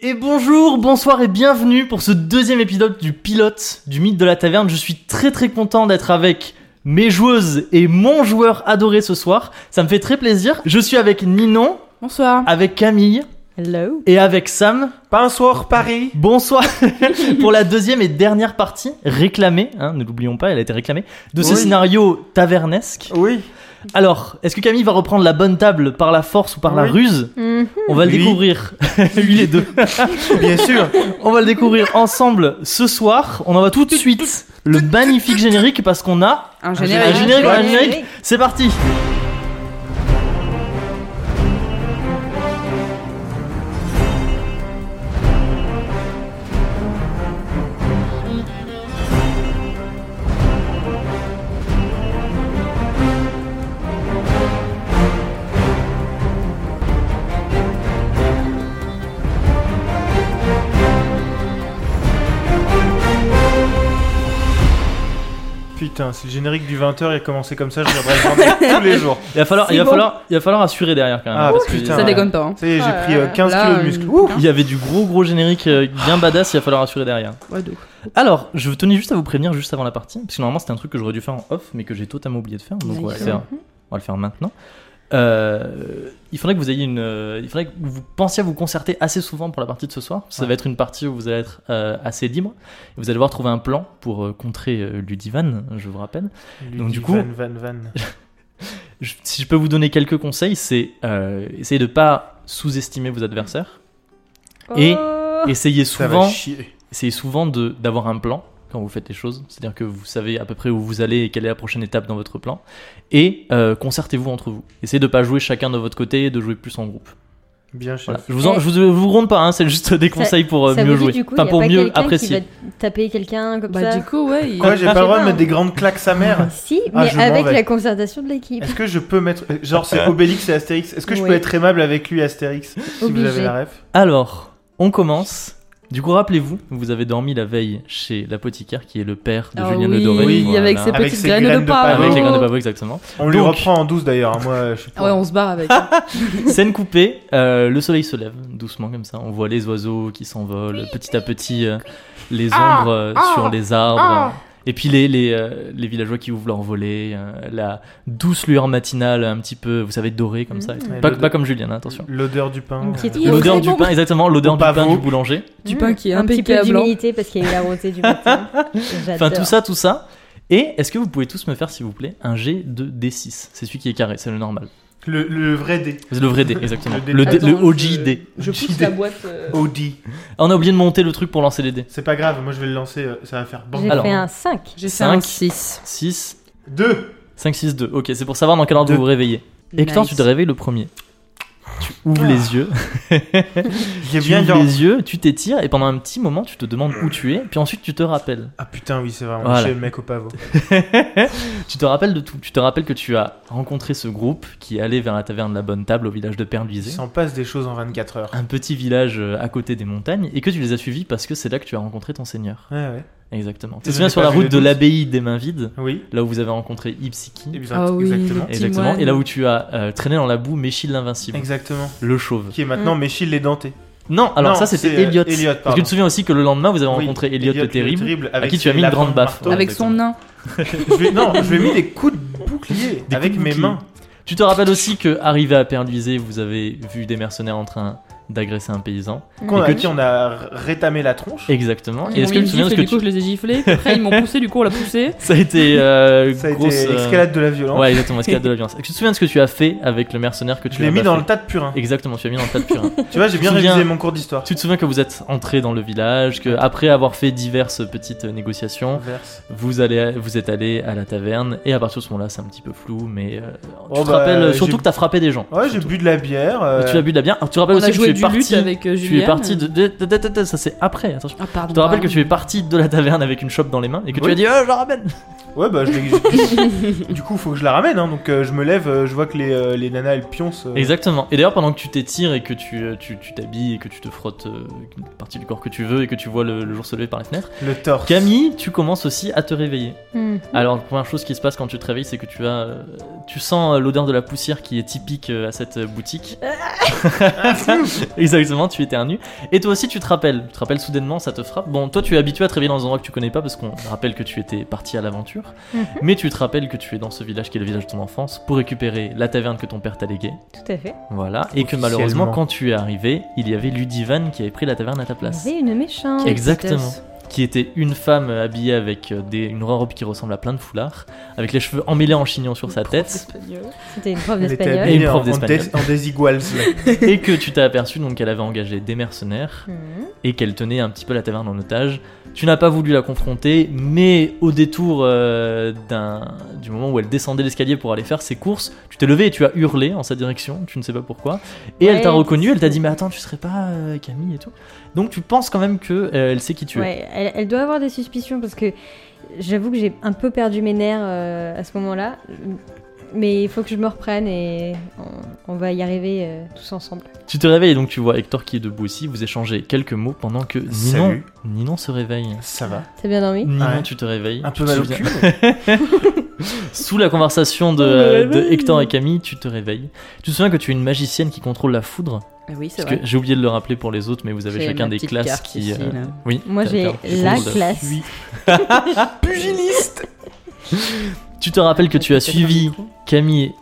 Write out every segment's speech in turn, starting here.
Et bonjour, bonsoir et bienvenue pour ce deuxième épisode du pilote du mythe de la taverne. Je suis très très content d'être avec mes joueuses et mon joueur adoré ce soir. Ça me fait très plaisir. Je suis avec Ninon, Bonsoir. avec Camille Hello. et avec Sam. Pas un soir Paris Bonsoir pour la deuxième et dernière partie réclamée, hein, ne l'oublions pas, elle a été réclamée, de ce Oui. scénario tavernesque. Oui. Alors, est-ce que Camille va reprendre la bonne table par la force ou par la Oui. ruse Mhm. On va le Oui. découvrir. Lui les deux. Bien sûr. On va le découvrir ensemble ce soir. On en va tout de suite le magnifique générique parce qu'on a Un un générique. générique, un générique. C'est parti. Putain, c'est le générique du 20h, il a commencé comme ça, je regarderai le journal tous les jours. Il va falloir, C'est il va bon. falloir, il va falloir assurer derrière quand même. Ah, parce putain, que- ouais. Ça déconne pas. hein. Ça y est, j'ai Ouais, pris euh, ouais. 15 Là, kilos de euh, muscle. Ouh. Il y avait du gros gros générique euh, bien badass, il va falloir assurer derrière. Ouais, de ouf. Alors, je tenais juste à vous prévenir juste avant la partie, parce que normalement c'était un truc que j'aurais dû faire en off, mais que j'ai totalement oublié de faire, donc on va le Nice. faire, on va le faire maintenant. Euh, il faudrait que vous ayez une, euh, il faudrait que vous pensiez à vous concerter assez souvent pour la partie de ce soir. Ça Ouais. va être une partie où vous allez être euh, assez libre. Et vous allez devoir trouver un plan pour euh, contrer euh, Ludivan, je vous rappelle. Donc, du coup- Van, van, van. Je- si je peux vous donner quelques conseils, c'est euh, essayez de pas sous-estimer vos adversaires. euh, Et- Oh. Essayez Ça souvent. va chier. essayez souvent de- d'avoir un plan quand vous faites les choses, c'est-à-dire que vous savez à peu près où vous allez et quelle est la prochaine étape dans votre plan, et euh, concertez-vous entre vous. Essayez de pas jouer chacun de votre côté et de jouer plus en groupe. Bien sûr. Voilà. Je vous, en- je vous, je vous gronde pas, hein, c'est juste des conseils pour euh, Eh. ça mieux vous dit, jouer, du coup, enfin y a pour pas mieux quelqu'un apprécier. Qui va taper quelqu'un comme Bah, ça. du coup, ouais. il- Quoi, j'ai pas le droit de Ah. mettre des grandes claques sa mère Si, Ah, mais je m'en avec vais. la concertation de l'équipe. Est-ce que je peux mettre. Genre, c'est Obélix et Astérix. Est-ce que je peux Oui. être aimable avec lui, Astérix Si vous Obligé. avez la ref. Alors, on commence. Du coup, rappelez-vous, vous avez dormi la veille chez l'apothicaire qui est le père de Ah Julien oui, Le Doré. oui, Voilà. avec ses Avec petites ses graines, graines de hein. de pavot. Avec pavot. les graines de pavot, exactement. On lui Donc- reprend en 12 d'ailleurs, hein, moi je suis Ah Ouais, pour. on se barre avec. Scène coupée, euh, le soleil se lève doucement comme ça. On voit les oiseaux qui s'envolent petit à petit, euh, les Ah, ombres euh, ah, sur les arbres. ah. Et puis les, les, euh, les villageois qui ouvrent leur volet, euh, la douce lueur matinale un petit peu, vous savez, dorée comme ça. et tout. Ouais, Pas, l'odeur- pas comme Julien, hein, attention. L'odeur du pain. Une petite euh, Mm. Il est L'odeur très du bon. pain, exactement, l'odeur Au du pain pavot. du boulanger. Du pain qui est Un petit peu impeccable. hein. d'humilité parce qu'il y a eu la rosée du matin. J'adore. Enfin, tout ça, tout ça. Et est-ce que vous pouvez tous me faire, s'il vous plaît, un G de D6 C'est celui qui est carré, c'est le normal. Le, le vrai dé. C'est le vrai D, exactement. Le dé- Le, dé- le Attends, OG je- D. Je pousse JD. la boîte. euh, OD. Ah, On a oublié de monter le truc pour lancer les dés. C'est pas grave, moi je vais le lancer, euh, ça va faire bon. J'ai Alors. fait un 5. J'ai fait Cinq. un 6. 6, 2 5, 6, 2. Ok, c'est pour savoir dans quel ordre Deux. vous vous réveillez. Hector, tu te réveilles le premier. Tu ouvres Ah. les yeux. J'ai tu bien dit. ouvres les yeux, tu t'étires et pendant un petit moment, tu te demandes où tu es. Puis ensuite, tu te rappelles. Ah putain, oui, c'est vrai, on Voilà. est chez le mec au pavot. Tu te rappelles de tout. Tu te rappelles que tu as rencontré ce groupe qui allait vers la taverne de la Bonne Table au village de Il Perluisé. s'en passe des choses en 24 heures. Un petit village euh, à côté des montagnes et que tu les as suivis parce que c'est là que tu as rencontré ton seigneur. Ouais, ouais. Exactement. Tu Ils te souviens avaient sur pas la vu route les de douze. l'abbaye des mains vides, Oui, là où vous avez rencontré Ipsiki. exact- Ah oui, exactement. le- Exactement. Timoine. Et là où tu as euh, traîné dans la boue Méchil l'invincible, Exactement. le chauve. Mm. Qui est maintenant Méchil les dentés. Non, alors Non, ça c'était c'est, euh, Elliot. Elliot, Parce que tu pardon. te souviens aussi que le lendemain vous avez Oui, rencontré Elliot, le terrible. avec qui tu as ses mis une lapins grande de baffe. marteau. Avec son nain. Je lui ai- Non, je lui ai mis des coups de bouclier Des avec coups de mes bouclier. mains. Tu te rappelles aussi que arrivé à Perluisé, vous avez vu des mercenaires en train d'agresser un paysan. Qu'on Et a que dit, on a rétamé la tronche. Exactement. Et Ils est-ce m'ont que tu mis te souviens une de ce gifle, et que du coup, tu... je les ai giflés. Après, ils m'ont poussé, du coup, on l'a poussé. ça a été euh, Ça a été grosse euh, escalade de la violence. Ouais, exactement, escalade de la violence. Est-ce que tu te souviens de ce que tu as fait avec le mercenaire que tu Je l'ai as mis dans le baffé tas de purin. Exactement, tu as mis dans le tas de purin. Tu vois, j'ai bien Tu te souviens- révisé mon cours d'histoire. tu te souviens que vous êtes entré dans le village, que après avoir fait diverses petites euh, négociations, Verse. Vous, allez, vous êtes allé à la taverne et à partir de ce moment-là, c'est un petit peu flou, mais euh, tu Oh te bah, rappelles j'ai- surtout que t'as frappé des gens. Ouais, j'ai Surtout. bu de la bière. euh, Tu as bu de la bière. Alors, tu te rappelles On a aussi que tu joué es du lutte parti. avec euh, Tu Julien. es parti de. de- de- de- de- ça c'est après. Attention. Ah, pardon. Je te rappelle que pardon. tu es parti de la taverne avec une chope dans les mains et que tu Oui. as dit oh, je la ramène. Ouais, bah je l'ai- Du coup, faut que je la ramène. Hein, donc euh, je me lève, euh, je vois que les, euh, les nanas elles pioncent. euh, Exactement. Et d'ailleurs pendant que tu t'étires et que tu euh, tu tu t'habilles et que tu te frottes euh, une partie du corps que tu veux et que tu vois le, le jour se lever par les fenêtres, le torse. Camille, tu commences aussi à te réveiller. Hmm. Alors, la première chose qui se passe quand tu te réveilles, c'est que tu as, euh, tu sens euh, l'odeur de la poussière qui est typique euh, à cette euh, boutique. Exactement, tu éternues. Et toi aussi, tu te rappelles. Tu te rappelles soudainement, ça te frappe. Bon, toi, tu es habitué à te réveiller dans un endroit que tu connais pas parce qu'on rappelle que tu étais parti à l'aventure. Mhm. Mais tu te rappelles que tu es dans ce village qui est le village de ton enfance pour récupérer la taverne que ton père t'a léguée. Tout à fait. Voilà. Et que Officiellement. malheureusement, quand tu es arrivé, il y avait Ludivan qui avait pris la taverne à ta place. C'est une méchante. Exactement. Qui était une femme habillée avec euh, des, une robe qui ressemble à plein de foulards, avec les cheveux emmêlés en chignon sur sa tête. C'était une prof Elle était d'espagnol. Et une habillée en, prof en, d'espagnol. des- en des iguals. et que tu t'es aperçu donc qu'elle avait engagé des mercenaires Mhm. et qu'elle tenait un petit peu la taverne en otage. Tu n'as pas voulu la confronter, mais au détour euh, d'un du moment où elle descendait l'escalier pour aller faire ses courses, tu t'es levé et tu as hurlé en sa direction, tu ne sais pas pourquoi. Et elle Ouais, t'a reconnu, elle t'a c'est- dit mais attends, tu serais pas euh, Camille et tout. Donc tu penses quand même que euh, elle sait qui tu es. Ouais, elle, elle doit avoir des suspicions parce que j'avoue que j'ai un peu perdu mes nerfs euh, à ce moment-là. Mais il faut que je me reprenne et on, on va y arriver euh, tous ensemble. Tu te réveilles et donc tu vois Hector qui est debout aussi, vous échangez quelques mots pendant que Ninon, Salut, Ninon se réveille. ça va T'as bien dormi Ninon, Ouais. tu te réveilles. Un tu peu te mal au souviens- cul mais- Sous la conversation de, de Hector et Camille, tu te réveilles. Tu te souviens que tu es une magicienne qui contrôle la foudre Ah oui, c'est Parce que vrai. j'ai oublié de le rappeler pour les autres, mais vous avez J'ai chacun ma des petite classes carte qui. ici, euh, là. Oui, Moi, t'as- j'ai t'as un petit la contrôle. classe. Oui. Tu te rappelles que tu as Peut-être un suivi micro. Camille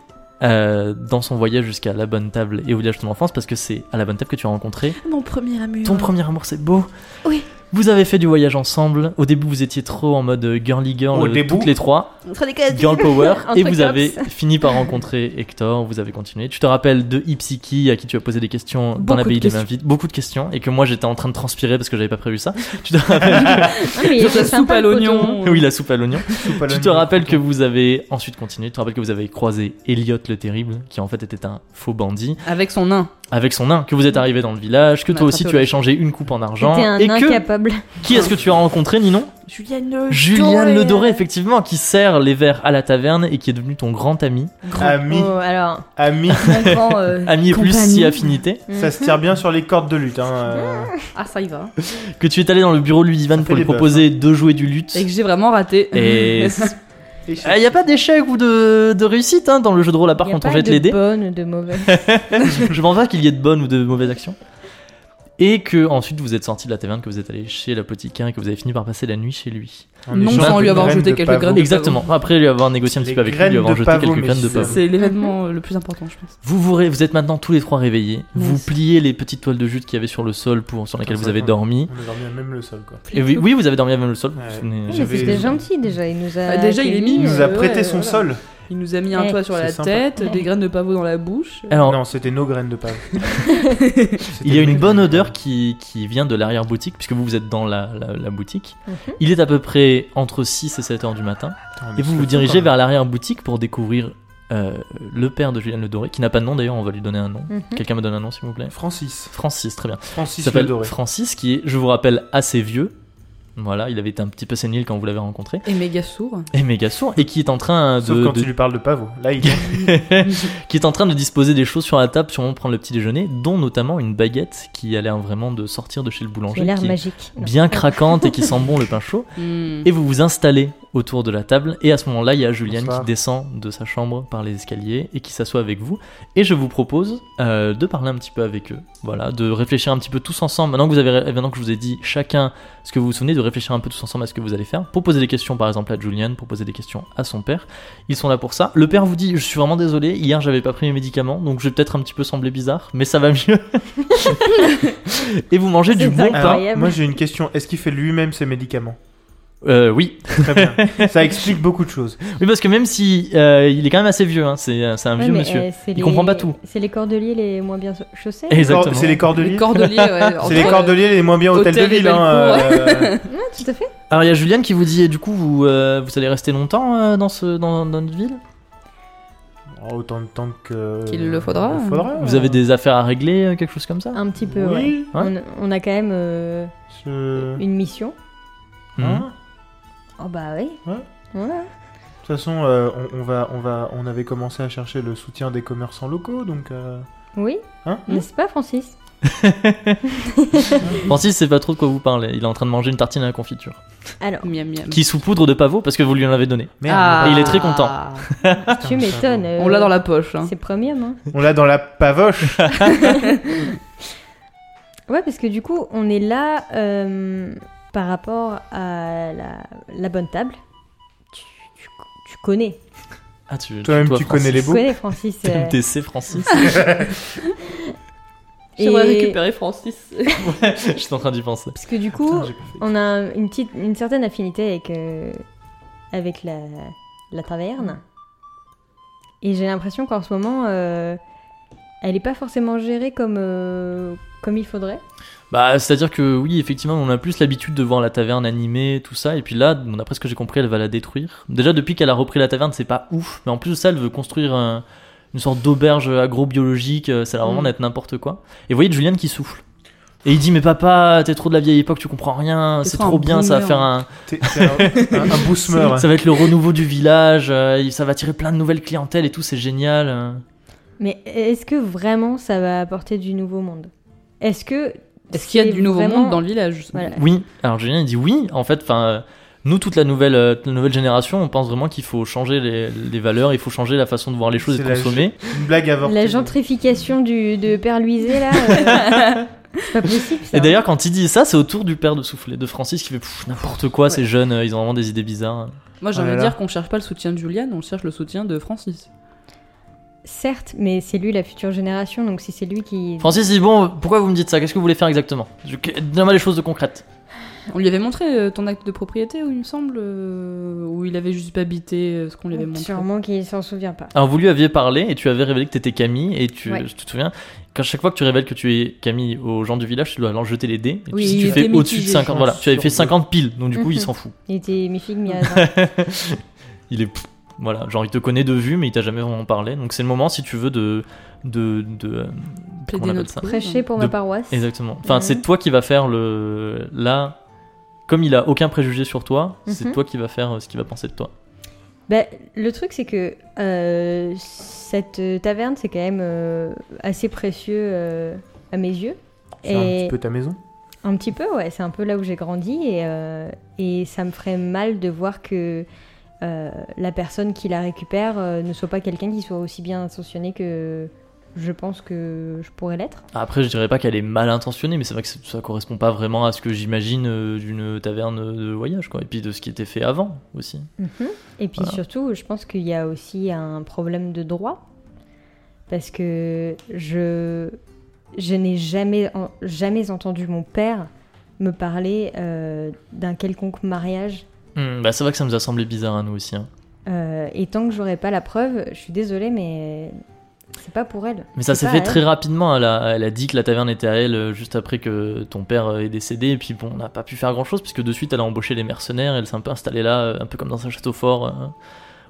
euh, dans son voyage jusqu'à la bonne table et au village de ton enfance parce que c'est à la bonne table que tu as rencontré Mon premier amour. Ton premier amour, c'est beau. Oui. Vous avez fait du voyage ensemble. Au début, vous étiez trop en mode girly girl, Au euh, début. toutes les trois. Entre les cases. Girl Power. Entre et vous cops. avez fini par rencontrer Hector, vous avez continué. Tu te rappelles de Ipsiki à qui tu as posé des questions dans la Beaucoup pays de des mains vides, beaucoup de questions, et que moi j'étais en train de transpirer parce que j'avais pas prévu ça. Tu te rappelles Ah, mais il Sur sa soupe était sympa, à le coton. l'oignon. Oui, la soupe à l'oignon. Soupe à Tu te l'oignon. rappelles que vous avez ensuite continué, tu te rappelles que vous avez croisé Elliot le Terrible, qui en fait était un faux bandit, Avec son nain. avec son nain, que vous êtes arrivé dans le village, que On a toi aussi attrapé tu au as échangé une coupe en argent, C'était un et que incapable. qui est-ce que tu as rencontré, Ninon Julianne Le Julien Le Doré, effectivement, qui sert les verres à la taverne et qui est devenu ton grand ami. Ami, Oh, alors, ami, on prend, euh, Ami et plus Compagnie. si affinité. ça se tire bien sur les cordes de lutte. Hein. euh. Ah, ça y va. Que tu es allé dans le bureau de Ludivan Ça fait pour lui les bœufs, hein. proposer de jouer du luth. Et que j'ai vraiment raté. Et. Il n'y a pas d'échec ou de, de réussite hein, dans le jeu de rôle, à part y a quand pas on jette de les dés. bonne ou de mauvaise. Je pense pas qu'il y ait de bonnes ou de mauvaises actions. Et que ensuite vous êtes sorti de la taverne, que vous êtes allé chez l'apothicaire et que vous avez fini par passer la nuit chez lui. En Non échange sans lui de avoir graines jeté de quelques pavot. graines. Exactement. Après lui avoir négocié un petit Les peu avec lui, graines lui avoir de jeté pavot, quelques graines de messieurs. pavot. C'est l'événement euh, le plus important, je pense. Vous, vous, ré- vous êtes maintenant tous les trois réveillés. Vous Nice. pliez les petites toiles de jute qu'il y avait sur le sol pour, sur lesquelles Ça, vous ça avez va. dormi. On a dormi à même le sol quoi. Et oui, oui, vous avez dormi avec le sol. Ouais. Ce n'est- Mais J'avais- C'était gentil déjà, il nous a. Ah, déjà, il est accueillis, Il mignon. nous euh, a ouais, prêté son voilà. sol. Il nous a mis un Eh, toit sur c'est la sympa. tête, Eh. des graines de pavot dans la bouche. Alors, Non, c'était nos graines de pavot. il y a une bonne euh. odeur qui, qui vient de l'arrière-boutique, puisque vous, vous êtes dans la, la- la boutique. Mhm. Il est à peu près entre 6 et 7 heures du matin. Et vous vous dirigez vers l'arrière-boutique pour découvrir euh, le père de Julien Le Doré, qui n'a pas de nom d'ailleurs, on va lui donner un nom. mhm. Quelqu'un me donne un nom, s'il vous plaît Francis. Francis, très bien. Il Francis le s'appelle Doré. Francis, qui est, je vous rappelle, assez vieux. Voilà, il avait été un petit peu sénile quand vous l'avez rencontré. Et méga sourd. Et méga sourd, et qui est en train Sauf de, quand de- tu lui parles de pavot. Là, il est qui est en train de disposer des choses sur la table, sûrement prendre le petit déjeuner, dont notamment une baguette qui a l'air vraiment de sortir de chez le Il a boulanger, l'air qui est magique. Non. bien craquante et qui sent bon le pain chaud. Hmm. Et vous vous installez autour de la table. Et à ce moment-là, il y a Juliane Bonsoir. qui descend de sa chambre par les escaliers et qui s'assoit avec vous. Et je vous propose euh, de parler un petit peu avec eux. Voilà, de réfléchir un petit peu tous ensemble. Maintenant que, vous avez, maintenant que je vous ai dit chacun ce que vous vous souvenez, de réfléchir un peu tous ensemble à ce que vous allez faire. Pour poser des questions, par exemple, à Juliane, pour poser des questions à son père. Ils sont là pour ça. Le père vous dit Je suis vraiment désolé, hier j'avais pas pris mes médicaments, donc je vais peut-être un petit peu sembler bizarre, mais ça va mieux. et vous mangez du C'est bon pain. incroyable. Alors, moi j'ai une question. Est-ce qu'il fait lui-même ses médicaments Euh, oui, Très bien. Ça explique beaucoup de choses. Oui, parce que même si euh, il est quand même assez vieux, hein, c'est euh, c'est un Ouais, vieux mais, monsieur. euh, c'est Il les- comprend pas tout. C'est les cordeliers les moins bien chaussés. Et- Les cor- Exactement. C'est les Les cordeliers. cordeliers, ouais. C'est les entre- cordeliers les moins bien hôtels de Bah, hôtel et ville. hein, euh, Ouais, tout à fait. Alors il y a Juliane qui vous dit, et du coup vous euh, vous allez rester longtemps euh, dans ce dans, dans notre ville. oh, Autant de temps que. Qu'il le faudra. il le faudra. Vous avez des affaires à régler, euh, quelque chose comme ça. Un petit peu, ouais. Oui. Ouais. On, on a quand même euh, ce- une mission. Mhm. Hein Oh bah oui. Hein Ouais. Voilà. De toute façon, euh, on, on va, on va, on avait commencé à chercher le soutien des commerçants locaux, donc. euh, Oui. Hein N'est-ce pas, Francis Francis sait pas trop de quoi vous parlez. Il est en train de manger une tartine à la confiture, Alors, Miam, miam. Ah. qui est sous poudre de pavot parce que vous lui en avez donné. Merde, Et il est très content. tu m'étonnes. euh, On l'a dans la poche. hein. C'est premium. Hein. on l'a dans la pavoche. Ouais, parce que du coup, on est là euh, par rapport à la, la bonne table. Tu, tu- tu connais. Ah, tu, Toi-même, tu connais les Tu beaux. connais, Francis. euh, MTC Francis. J'aimerais Et- récupérer Francis. ouais, j'étais en train d'y penser. Parce que du coup, Putain, j'ai pas fait. on a une, petite, une certaine affinité avec, euh, avec la, la taverne. Et j'ai l'impression qu'en ce moment, euh, elle n'est pas forcément gérée comme, euh, comme il faudrait. Bah, c'est-à-dire que oui, effectivement, on a plus l'habitude de voir la taverne animée, tout ça, et puis là, bon, d'après ce que j'ai compris, elle va la détruire. Déjà, depuis qu'elle a repris la taverne, c'est pas ouf, mais en plus de ça, elle veut construire un- une sorte d'auberge agrobiologique, euh, ça a l'air vraiment Mm. d'être n'importe quoi. Et vous voyez Julian qui souffle. Et il dit, mais papa, t'es trop de la vieille époque, tu comprends rien, T'es c'est trop un trop bien, ça va boomer. faire un, T'es t'es un, un, un boomer. ça va être le renouveau du village, euh, et ça va attirer plein de nouvelles clientèles et tout, c'est génial. euh. Mais est-ce que vraiment ça va apporter du nouveau monde Est-ce que. Est-ce qu'il y a c'est du nouveau vraiment- monde dans le village Voilà. Oui, alors Julien il dit oui, en fait, enfin, euh, nous, toute la nouvelle, euh, toute la nouvelle génération, on pense vraiment qu'il faut changer les, les valeurs, il faut changer la façon de voir les choses et C'est de la consommer. hein. Une blague avant. La gentrification du, de Perluisé, là, euh, c'est pas possible. Ça. Et d'ailleurs, quand il dit ça, c'est au tour du père de souffler, de Francis qui fait Pff, n'importe quoi, ces jeunes, euh, ils ont vraiment des idées bizarres. Moi, j'ai Oh envie là de là. dire qu'on cherche pas le soutien de Juliane, on cherche le soutien de Francis. Certes, mais c'est lui la future génération, donc si c'est lui qui. Francis dit bon, pourquoi vous me dites ça Qu'est-ce que vous voulez faire exactement Je- que- Donnez-moi des choses de concrètes. On lui avait montré euh, ton acte de propriété, où il me semble, euh, où il avait juste habité euh, ce qu'on lui avait montré. Sûrement qu'il s'en souvient pas. Alors, vous lui aviez parlé et tu avais révélé que t'étais Camille et tu, Ouais. je te souviens, qu'à chaque fois que tu révèles que tu es Camille aux gens du village, tu dois leur jeter les dés. Et Oui, si il tu était fais au-dessus de mitigé, 50, je voilà, pense, tu avais sur fait deux. 50 piles, donc du coup, il Mhm. s'en fout. Il était mi figue, mi raisin. il est voilà genre il te connaît de vue mais il t'a jamais vraiment parlé donc c'est le moment si tu veux de de, de euh, comment on Plaider appelle notre ça cause. Prêcher pour ma De- paroisse. exactement enfin Mhm. c'est toi qui va faire le là comme il a aucun préjugé sur toi c'est Mhm. toi qui va faire euh, ce qu'il va penser de toi Bah, le truc, c'est que euh, cette taverne, c'est quand même euh, assez précieux euh, à mes yeux. C'est un petit peu ta maison. Un petit peu, ouais. C'est un peu là où j'ai grandi et, euh, et ça me ferait mal de voir que euh, la personne qui la récupère euh, ne soit pas quelqu'un qui soit aussi bien intentionné que je pense que je pourrais l'être. après je dirais pas qu'elle est mal intentionnée mais c'est vrai que c'est- ça correspond pas vraiment à ce que j'imagine euh, d'une taverne de voyage quoi et puis de ce qui était fait avant aussi Et puis Voilà. surtout, je pense qu'il y a aussi un problème de droit parce que je je n'ai jamais en- jamais entendu mon père me parler euh, d'un quelconque mariage Hmm, bah c'est vrai que ça nous a semblé bizarre à nous aussi hein. Euh, et tant que j'aurai pas la preuve, je suis désolée, mais c'est pas pour elle. Mais ça s'est C'est pas fait à très elle. rapidement. Elle a, elle a dit que la taverne était à elle euh, juste après que ton père euh, est décédé. Et puis bon, on n'a pas pu faire grand chose puisque de suite elle a embauché les mercenaires. Elle s'est un peu installée là, euh, un peu comme dans un château fort. euh.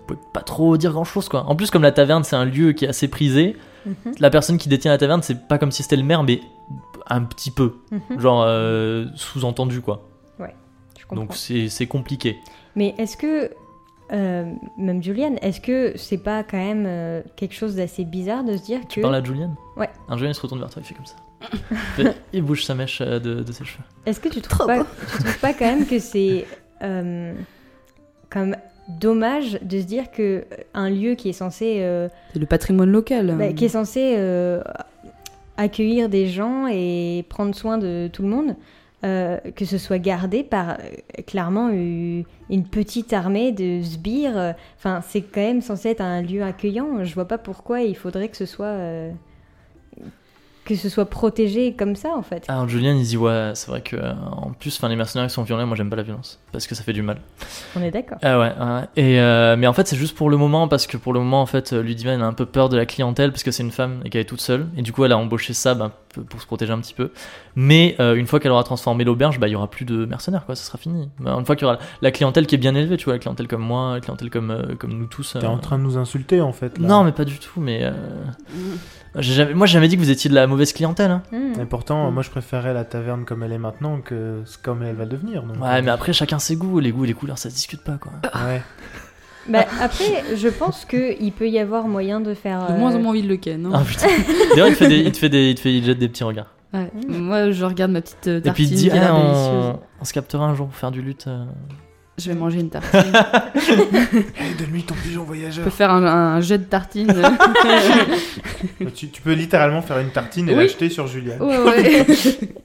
On pouvait pas trop dire grand chose quoi. En plus, comme la taverne c'est un lieu qui est assez prisé, Mhm, la personne qui détient la taverne c'est pas comme si c'était le maire, mais un petit peu. mhm, Genre euh, sous-entendu quoi. je comprends. Donc c'est c'est compliqué. Mais est-ce que, euh, même Juliane, est-ce que c'est pas quand même euh, quelque chose d'assez bizarre de se dire Tu que. parles à Julian Ouais. Un Julian il se retourne vers toi, il fait comme ça. Il fait- il bouge sa mèche euh, de, de ses cheveux. Est-ce que tu trouves, pas, tu trouves pas quand même que c'est. euh, comme dommage de se dire que euh, un lieu qui est censé euh, C'est le patrimoine local. bah, qui est censé euh, accueillir des gens et prendre soin de tout le monde, euh, que ce soit gardé par euh, clairement u- une petite armée de sbires. euh, Enfin, c'est quand même censé être un lieu accueillant. Je vois pas pourquoi il faudrait que ce soit euh, que ce soit protégé comme ça en fait. Alors Julien Ah, il dit ouais c'est vrai que euh, en plus enfin les mercenaires qui sont violents moi j'aime pas la violence parce que ça fait du mal. On est d'accord. Ah ouais, ouais. et euh, mais en fait c'est juste pour le moment parce que pour le moment en fait euh, Ludivine elle a un peu peur de la clientèle parce que c'est une femme et qu'elle est toute seule et du coup elle a embauché ça bah, p- pour se protéger un petit peu. Mais euh, une fois qu'elle aura transformé l'auberge bah il y aura plus de mercenaires quoi ça sera fini. Bah, une fois qu'il y aura la clientèle qui est bien élevée tu vois la clientèle comme moi la clientèle comme euh, comme nous tous. T'es euh, en train de nous insulter en fait. là. Non mais pas du tout mais euh, j'ai jamais- moi j'ai jamais dit que vous étiez de la mauvaise clientèle. hein. Hmm. Mais pourtant, moi je préférais la taverne comme elle est maintenant que ce- comme elle va devenir. donc. Ouais mais après chacun ses goûts les goûts et les couleurs ça se discute pas quoi. Ouais. Bah, après, je pense que il peut y avoir moyen de faire. De moins en euh, moins envie de le ken. hein. Ah putain. D'ailleurs, il te fait des, il te fait des, il te fait, il te jette des petits regards. Ouais. Mm. Moi, je regarde ma petite euh, Et puis tartine il te dit, qui a l'air Ah, délicieuse. on, on se captera un jour pour faire du lutte. euh. Je vais manger une tartine. Eh, Donne-lui ton pigeon Je voyageur. peux faire un, un jet de tartine. tu, tu peux littéralement faire une tartine et Oui. l'acheter sur Julia. Oh, ouais, ouais.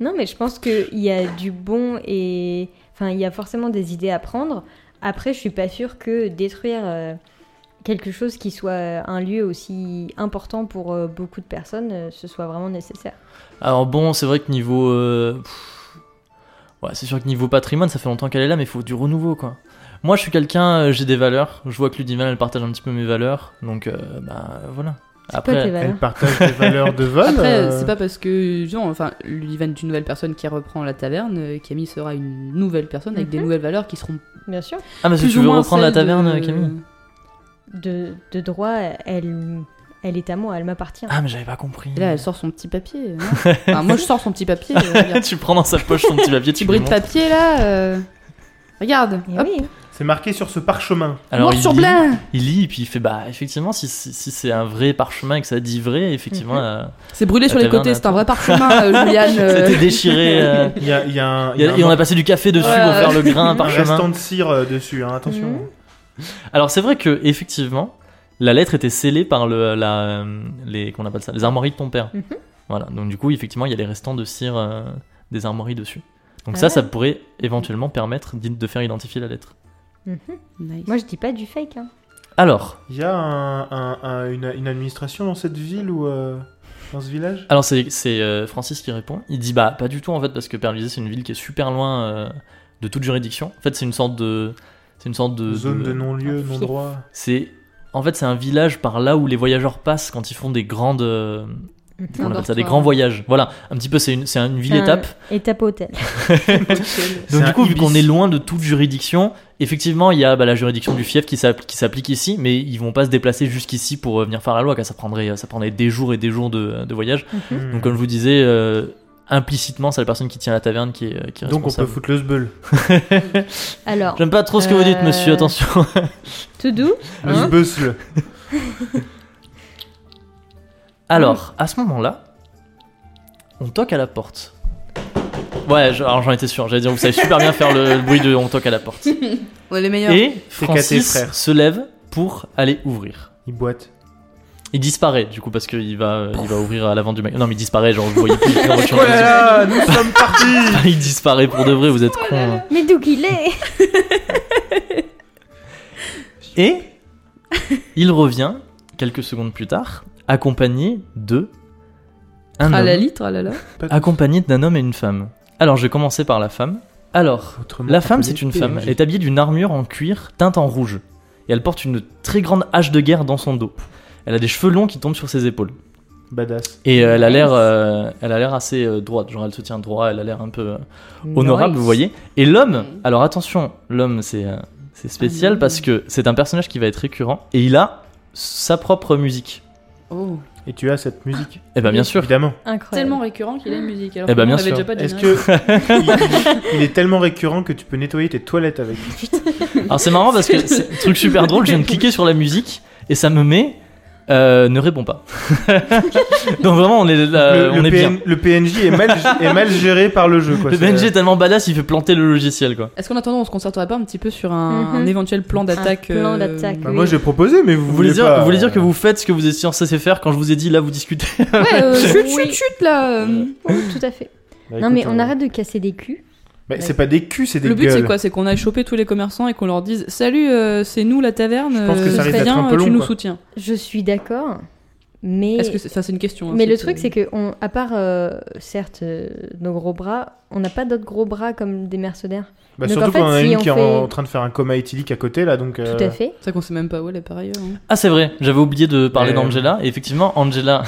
Non, mais je pense qu'il y a du bon et. Enfin, il y a forcément des idées à prendre. Après, je suis pas sûre que détruire euh, quelque chose qui soit euh, un lieu aussi important pour euh, beaucoup de personnes, euh, ce soit vraiment nécessaire. Alors bon, c'est vrai que niveau... euh, pff, ouais, c'est sûr que niveau patrimoine, ça fait longtemps qu'elle est là, mais il faut du renouveau, quoi. Moi, je suis quelqu'un, euh, j'ai des valeurs. Je vois que Ludivan, elle partage un petit peu mes valeurs. Donc, euh, bah, voilà. Toi, tes Après, valeurs. Elle partage des valeurs de vol. Après, euh, c'est pas parce que genre, enfin, l'Ivan est une nouvelle personne qui reprend la taverne, euh, Camille sera une nouvelle personne avec des Mhm. nouvelles valeurs qui seront Bien sûr. ah, mais si plus tu ou veux moins reprendre la celles de- taverne, euh, Camille De, de droit, elle, elle est à moi, elle m'appartient. Ah, mais j'avais pas compris. Et là, elle sort son petit papier. hein. Enfin, moi, je sors son petit papier. euh, regarde. tu prends dans sa poche son petit papier, tu Petit lui bruit de montres. papier là. euh, Regarde. Et Hop. oui, C'est marqué sur ce parchemin. Noir il sur lit, blanc. Il lit et puis il fait bah effectivement si, si, si c'est un vrai parchemin et que ça dit vrai effectivement Mhm. euh, C'est brûlé sur La les côtés. taverne, C'est un vrai parchemin, euh, Juliane. euh. c'était déchiré. euh, Il y a, il y a un, il il y y a a- un- et on a passé du café dessus Ouais, pour ouais. faire le grain un un parchemin. restant de cire euh, dessus, hein, attention. Mhm. Alors c'est vrai que effectivement, la lettre était scellée par le, la, euh, les qu'on appelle ça, les armoiries de ton père. Mhm. Voilà. Donc du coup, effectivement, il y a les restants de cire euh, des armoiries dessus. Donc Ah ça, ouais. ça pourrait éventuellement permettre d'id- de faire identifier la lettre. Mhm. Nice. Moi, je dis pas du fake. hein. Alors, Il y a un- un- un- une, une administration dans cette ville ou euh, dans ce village alors c'est c'est, euh, Francis qui répond. Il dit bah pas du tout en fait parce que Perlisé c'est une ville qui est super loin euh, de toute juridiction. En fait, c'est une sorte de c'est une sorte de Ah, Zone de non-lieu, un non-droit. c'est en fait c'est un village par là où les voyageurs passent quand ils font des grandes euh, Mhm. on appelle ça dortoir. des grands voyages. Voilà, un petit peu c'est une c'est une ville Un- étape. Étape hôtel. C'est Donc un du coup, vu ibis. qu'on est loin de toute juridiction, effectivement, il y a bah, la juridiction du fief qui s'app- qui s'applique ici, mais ils vont pas se déplacer jusqu'ici pour euh, venir faire la loi, car ça prendrait, euh, ça prendrait des jours et des jours de, de voyage. Mhm. Hmm. Donc comme je vous disais, euh, implicitement, c'est la personne qui tient la taverne qui est, euh, qui est Donc on peut responsable. foutre le zbeul. Alors, J'aime pas trop ce que vous dites, Euh, monsieur, attention. tout doux. Le hein zbeusle. Alors, à ce moment-là, on toque à la porte. Ouais, je- alors j'en étais sûr, j'allais dire, vous savez super bien faire le, le bruit de on toque à la porte. On est les meilleurs. Et C'est qu'à tes Francis frères. se lève pour aller ouvrir. Il boite. Il disparaît du coup parce qu'il va, euh, il va ouvrir à l'avant du magasin. Non mais il disparaît, genre vous voyez plus. dans votre chambre. Oh là Oh là, nous sommes partis il disparaît pour de vrai, vous êtes con. hein. Mais d'où qu'il est Et il revient quelques secondes plus tard, accompagné de un À la homme, litre, ah là là. accompagné d'un homme et une femme. Alors je vais commencer par la femme. Alors Autrement, la on femme peut c'est une l'éviter, femme. mais Elle est habillée d'une armure en cuir teinte en rouge et elle porte une très grande hache de guerre dans son dos. Elle a des cheveux longs qui tombent sur ses épaules. Badass. Et euh, elle a l'air, euh, elle a l'air assez euh, droite. Genre elle se tient droit, elle a l'air un peu euh, honorable, vous voyez. Et l'homme, Mm. alors attention, l'homme c'est euh, c'est spécial Ah, parce que c'est un personnage qui va être récurrent et il a sa propre musique. Oh. Et tu as cette musique. Eh ben bien sûr. Évidemment. Incroyable. Tellement récurrent qu'il a une musique. Alors Eh ben, que bien nous, on sûr. avait déjà pas dit Est-ce rien. que il, il est tellement récurrent que tu peux nettoyer tes toilettes avec Alors c'est marrant parce que c'est un truc super drôle, je viens de cliquer sur la musique et ça me met euh, ne réponds pas. Donc vraiment on est là, le, Euh, on le est bien. PN le PNJ est mal, est mal géré par le jeu. Quoi. Le C'est- euh, BNG est tellement badass, il fait planter le logiciel quoi. Est-ce qu'en attendant, on se concerterait pas un petit peu sur un, Mhm. Mm-hmm. un éventuel plan d'attaque euh, Un plan d'attaque. Bah, Moi j'ai proposé, mais vous, Vous voulez voulez dire, pas, vous voulez dire que euh, vous faites ce que vous étiez censé faire quand je vous ai dit là vous discutez. Ouais, euh, chut, chut, Oui. chut là. euh. Oui, tout à fait. bah, non, écoute, mais on euh, arrête de casser des culs. bah, c'est pas des culs, c'est des Le but c'est gueules. quoi C'est qu'on aille choper tous les commerçants et qu'on leur dise Salut, euh, c'est nous la taverne. Je pense que euh, ça ce risque serait d'être bien, un peu long, tu nous quoi. soutiens. Je suis d'accord, mais. Est-ce que c'est enfin, c'est une question hein, Mais le c'est- truc, c'est que, on, à part, euh, certes, euh, nos gros bras, on n'a pas d'autres gros bras comme des mercenaires. Bah, Donc, surtout en fait, qu'on a si une on qui est en- fait- en train de faire un coma éthylique à côté là, donc. euh, Tout à fait. C'est qu'on sait même pas où elle est par ailleurs. hein. Ah c'est vrai, j'avais oublié de parler Euh. d'Angela et effectivement Angela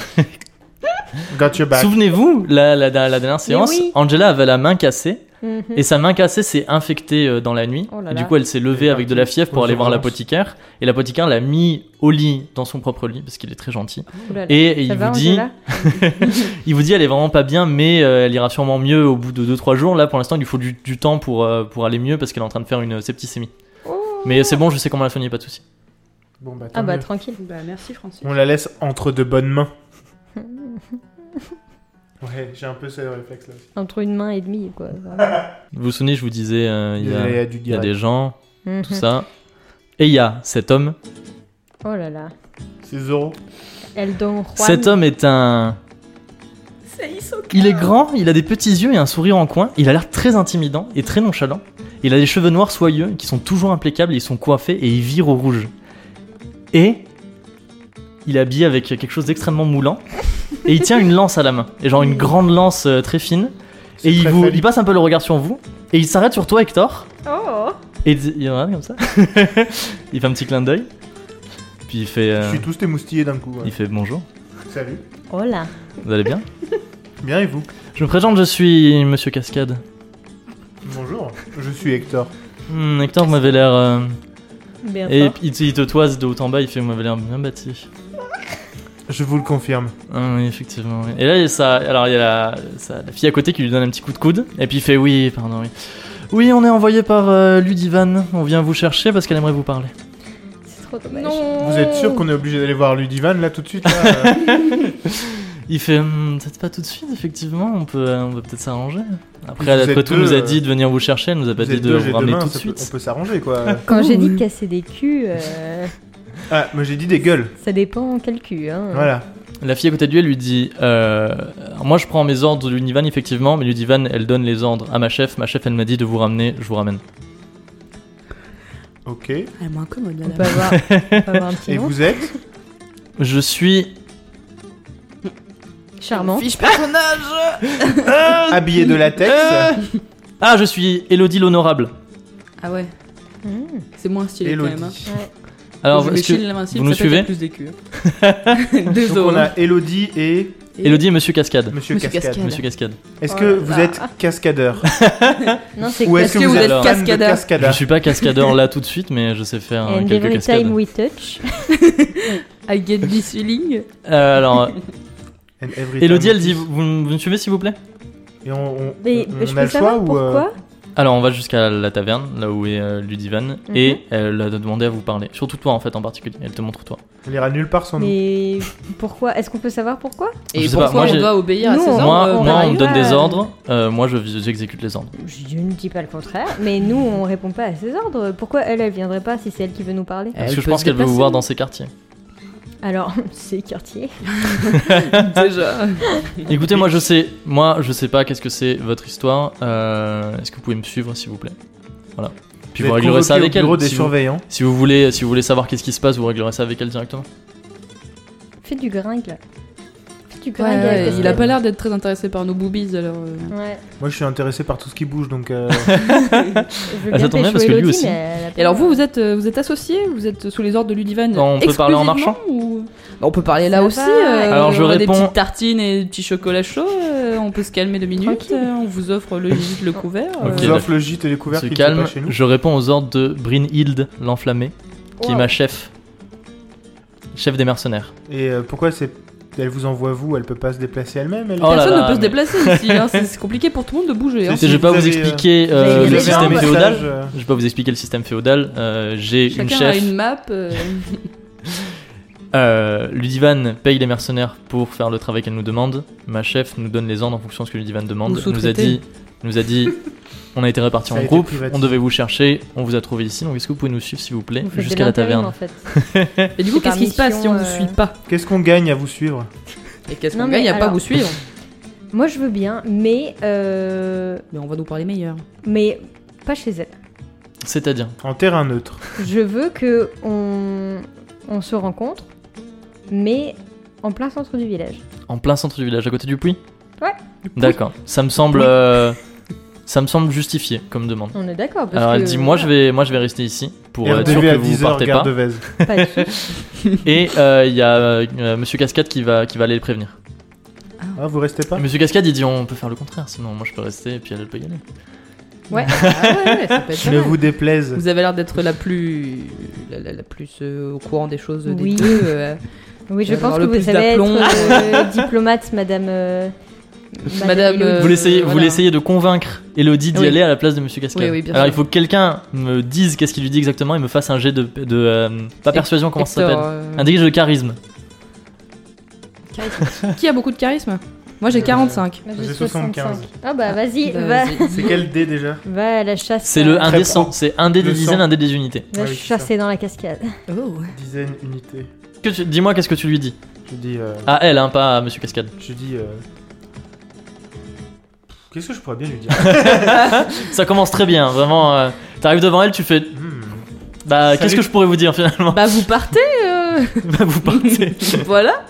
Got your back. Souvenez-vous, la, la, la- la dernière séance, oui. Angela avait la main cassée Mhm. et sa main cassée s'est infectée euh, dans la nuit. Oh là et du là. coup, elle s'est Elle levée est avec de partie la fièvre pour aux aller voir urgences. l'apothicaire et l'apothicaire l'a mis au lit dans son propre lit parce qu'il est très gentil. Ouh là là. Et, et Ça il va, vous dit, Angela il vous dit, elle est vraiment pas bien, mais euh, elle ira sûrement mieux au bout de 2-3 jours. Là, pour l'instant, il lui faut du, du temps pour euh, pour aller mieux parce qu'elle est en train de faire une septicémie. Mais c'est bon, je sais comment la soigner, pas de souci. Bon, bah, tant Ah bah mieux. tranquille. Bah merci Francis. On la laisse entre de bonnes mains. Ouais, j'ai un peu ce réflexe là. Entre une main et demie, quoi. Vous vous souvenez, je vous disais, euh, il y a- du il y a des gens, Mhm. tout ça. Et il y a cet homme Oh là là. C'est Zoro. Elle donne Juan. Cet homme est un. Il est grand, il a des petits yeux et un sourire en coin. Il a l'air très intimidant et très nonchalant. Il a des cheveux noirs soyeux qui sont toujours impeccables, ils sont coiffés et ils virent au rouge. Et il est habillé avec quelque chose d'extrêmement moulant. Et il tient une lance à la main, et genre une grande lance euh, très fine. Et il, vous, il passe un peu le regard sur vous, et il s'arrête sur toi, Hector. Oh Et il il regarde comme ça. il fait un petit clin d'œil. Puis il fait, euh, Je suis tous émoustillés d'un coup. ouais. il fait bonjour. Salut. Oh là. Vous allez bien Bien et vous Je me présente, je suis Monsieur Cascade. Bonjour. Je suis Hector. Hmm, Hector, vous m'avez l'air. euh, Bien Et fort. il, te- il te toise de haut en bas, il fait Vous m'avez l'air bien bâti. Je vous le confirme. Ah oui, effectivement. oui. Et là, il y a, ça, alors, il y a la, sa- la fille à côté qui lui donne un petit coup de coude, et puis il fait Oui, pardon, oui. Oui, on est envoyé par euh, Ludivan, on vient vous chercher parce qu'elle aimerait vous parler. C'est trop dommage. Non Vous êtes sûr qu'on est obligé d'aller voir Ludivan là tout de suite là, euh Il fait Hmm, Peut-être pas tout de suite, effectivement, on peut, euh, on peut peut-être s'arranger. Après, Vous après êtes tout, elle nous a deux, dit de venir vous chercher, elle nous a pas vous dit êtes Bah, de deux, vous j'ai ramener deux mains, tout de ça peut- suite. On peut s'arranger quoi. Quand j'ai dit de casser des culs, euh, ah, moi j'ai dit des gueules. ça dépend quel cul. Hein. Voilà. La fille à côté de lui, elle lui dit euh, alors Moi, je prends mes ordres de l'Univan, effectivement, mais l'Univan, elle donne les ordres à ma chef. Ma chef, elle m'a dit de vous ramener, je vous ramène. Ok. Elle m'incommode, On madame. peut avoir, on peut avoir un petit Et nom. vous êtes Je suis. Charmant. Fiche personnage habillé de latex Euh, Ah, je suis Elodie l'Honorable. Ah ouais, Mmh. c'est moins stylé quand même. hein. Elodie. Alors, le est-ce que- style, l'invincible, vous nous ça fait suivez plus hein. des culs. Donc on a Elodie et Elodie et Monsieur Cascade. Monsieur, Monsieur Cascade. Cascade. Monsieur Cascade. Est-ce que vous êtes cascadeur Non, Oh c'est Ou est-ce que vous êtes fan de Je cascadeur suis pas cascadeur là tout de suite, mais je sais faire euh, And quelques every cascades. time we touch. I get this feeling. Euh, alors, And every Elodie, time- elle dit Vous, vous me suivez s'il vous plaît Et on, on- Mais on- je on a peux le choix savoir ou. euh, pourquoi Alors, on va jusqu'à la taverne, là où est euh, Ludivan, Mhm. et elle a demandé à vous parler. Surtout toi en fait en particulier, elle te montre toi. Elle ira nulle part sans nous. Mais pourquoi Est-ce qu'on peut savoir pourquoi Je Et sais pas, pourquoi moi, on j'ai- doit obéir à Nous, ses on- ordres moi, euh, moi, pareil on me donne arrive à- des ordres, euh, moi je j'exécute les ordres. je, je ne dis pas le contraire, mais nous on répond pas à ses ordres. Pourquoi elle, elle viendrait pas si c'est elle qui veut nous parler Parce Elle que je peut pense se qu'elle veut vous déplacer, voir non dans ses quartiers. Alors, c'est quartier. déjà. Écoutez, moi je sais, moi je sais pas qu'est-ce que c'est votre histoire. euh, Est-ce que vous pouvez me suivre, s'il vous plaît Voilà. Puis Vous vous, êtes réglerez ça convoqué avec au elle. bureau des si, vous, surveillants. si vous voulez, si vous voulez savoir qu'est-ce qui se passe, vous réglerez ça avec elle directement. Fais du gringue là. Fais du Ouais, gringue. ouais, avec il la a pas l'air d'être très intéressé par nos boobies alors. euh. Ouais. Moi, je suis intéressé par tout ce qui bouge, donc euh, Je veux Ah, ça bien tombe bien pécho parce que lui Elodie, aussi. mais elle a pas Et alors l'air. vous, vous êtes, euh, vous êtes associé Vous êtes sous les ordres de Ludivan Non, on peut parler en marchant. exclusivement, ou- Bah, On peut parler là Ça aussi. va. euh, Alors, je on a réponds- Des petites tartines et des petits chocolats chauds. euh, on peut se calmer deux minutes. Tranquille. euh, on vous offre le gîte, le couvert. euh. on Ok, vous là. offre le gîte et les couverts Se qui ne sont calme. pas chez nous. Je réponds aux ordres de Brynhild l'enflammée, qui est Wow. ma chef, chef des mercenaires. Et euh, pourquoi c'est elle vous envoie vous Elle peut pas se déplacer elle-même elle... Oh là Personne là, ne peut se mais- déplacer ici. hein, c'est c'est compliqué pour tout le monde de bouger. hein. Je vais vous pas vous avez, expliquer avez euh, des le liens, système bah, féodal. message, euh, Je vais pas vous expliquer le système féodal. euh, J'ai une Chacun chef. a une map. euh, Euh, Ludivan paye les mercenaires pour faire le travail qu'elle nous demande. Ma chef nous donne les ordres en fonction de ce que Ludivan demande. Nous nous a dit, sous-traiter. nous a dit, on a été répartis Ça a en été groupe, privatisé. on devait vous chercher, on vous a trouvé ici. Donc est-ce que vous pouvez nous suivre s'il vous plaît Vous faites de jusqu'à la l'intérim, En taverne fait. Et du coup, qu'est-ce qui se passe si on euh, vous suit pas Qu'est-ce qu'on gagne à vous suivre Et qu'est-ce Non, qu'on gagne mais Il n'y a pas alors- à vous suivre. Moi je veux bien, mais euh, Mais on va nous parler meilleur. mais pas chez elle. C'est-à-dire En terrain neutre. Je veux que on, on se rencontre, mais en plein centre du village. en plein centre du village, à côté du puits. Ouais. D'accord. Ça me semble, euh, ça me semble justifié comme demande. On est d'accord. parce Alors elle que- dit, moi je vais, moi je vais rester ici pour être sûr RDV que à vous 10h, partez gare pas. de Vèze. Pas de soucis. Et euh, il y a euh, euh, Monsieur Cascade qui va, qui va aller le prévenir. Ah, vous restez pas Monsieur Cascade, il dit, on peut faire le contraire, sinon moi je peux rester et puis elle elle peut y aller. Ouais. Ah ouais, ouais, ça peut être pas Ne mal. vous déplaise. Vous avez l'air d'être la plus la, la- la plus euh, au courant des choses des Oui. deux. euh, Oui, je Elle va pense avoir que le vous plus savez être d'aplomb. euh, diplomate, madame. euh, Madame, Elodie. euh, Vous l'essayez, vous voilà. l'essayez de convaincre Elodie d'y Oui. aller à la place de Monsieur Cascade. Oui, oui, bien Alors sûr. il faut que quelqu'un me dise qu'est-ce qu'il lui dit exactement et me fasse un jet de, de euh, pas Hec- persuasion comment ça Hector, s'appelle, euh, un dégage de charisme. Qui a beaucoup de charisme Moi j'ai 45. Moi, J'ai j'ai 75. 65. Ah bah vas-y, Euh, Bah, va, vas-y. C'est quel dé déjà va à la chasse. C'est le à- 1 Très des 100, c'est un dé des Le dizaines, cent. un dé des unités. Va Ah oui, chasser dans la cascade. Oh. Dizaine, unité. Que tu- Dis-moi qu'est-ce que tu lui dis. Je dis. euh, À elle, hein, pas à Monsieur Cascade. Je dis. euh, Qu'est-ce que je pourrais bien lui dire Ça commence très bien, vraiment. euh, T'arrives devant elle, tu fais. Hmm. Bah, Salut. qu'est-ce que je pourrais vous dire finalement Bah vous partez euh, Bah, vous partez. Voilà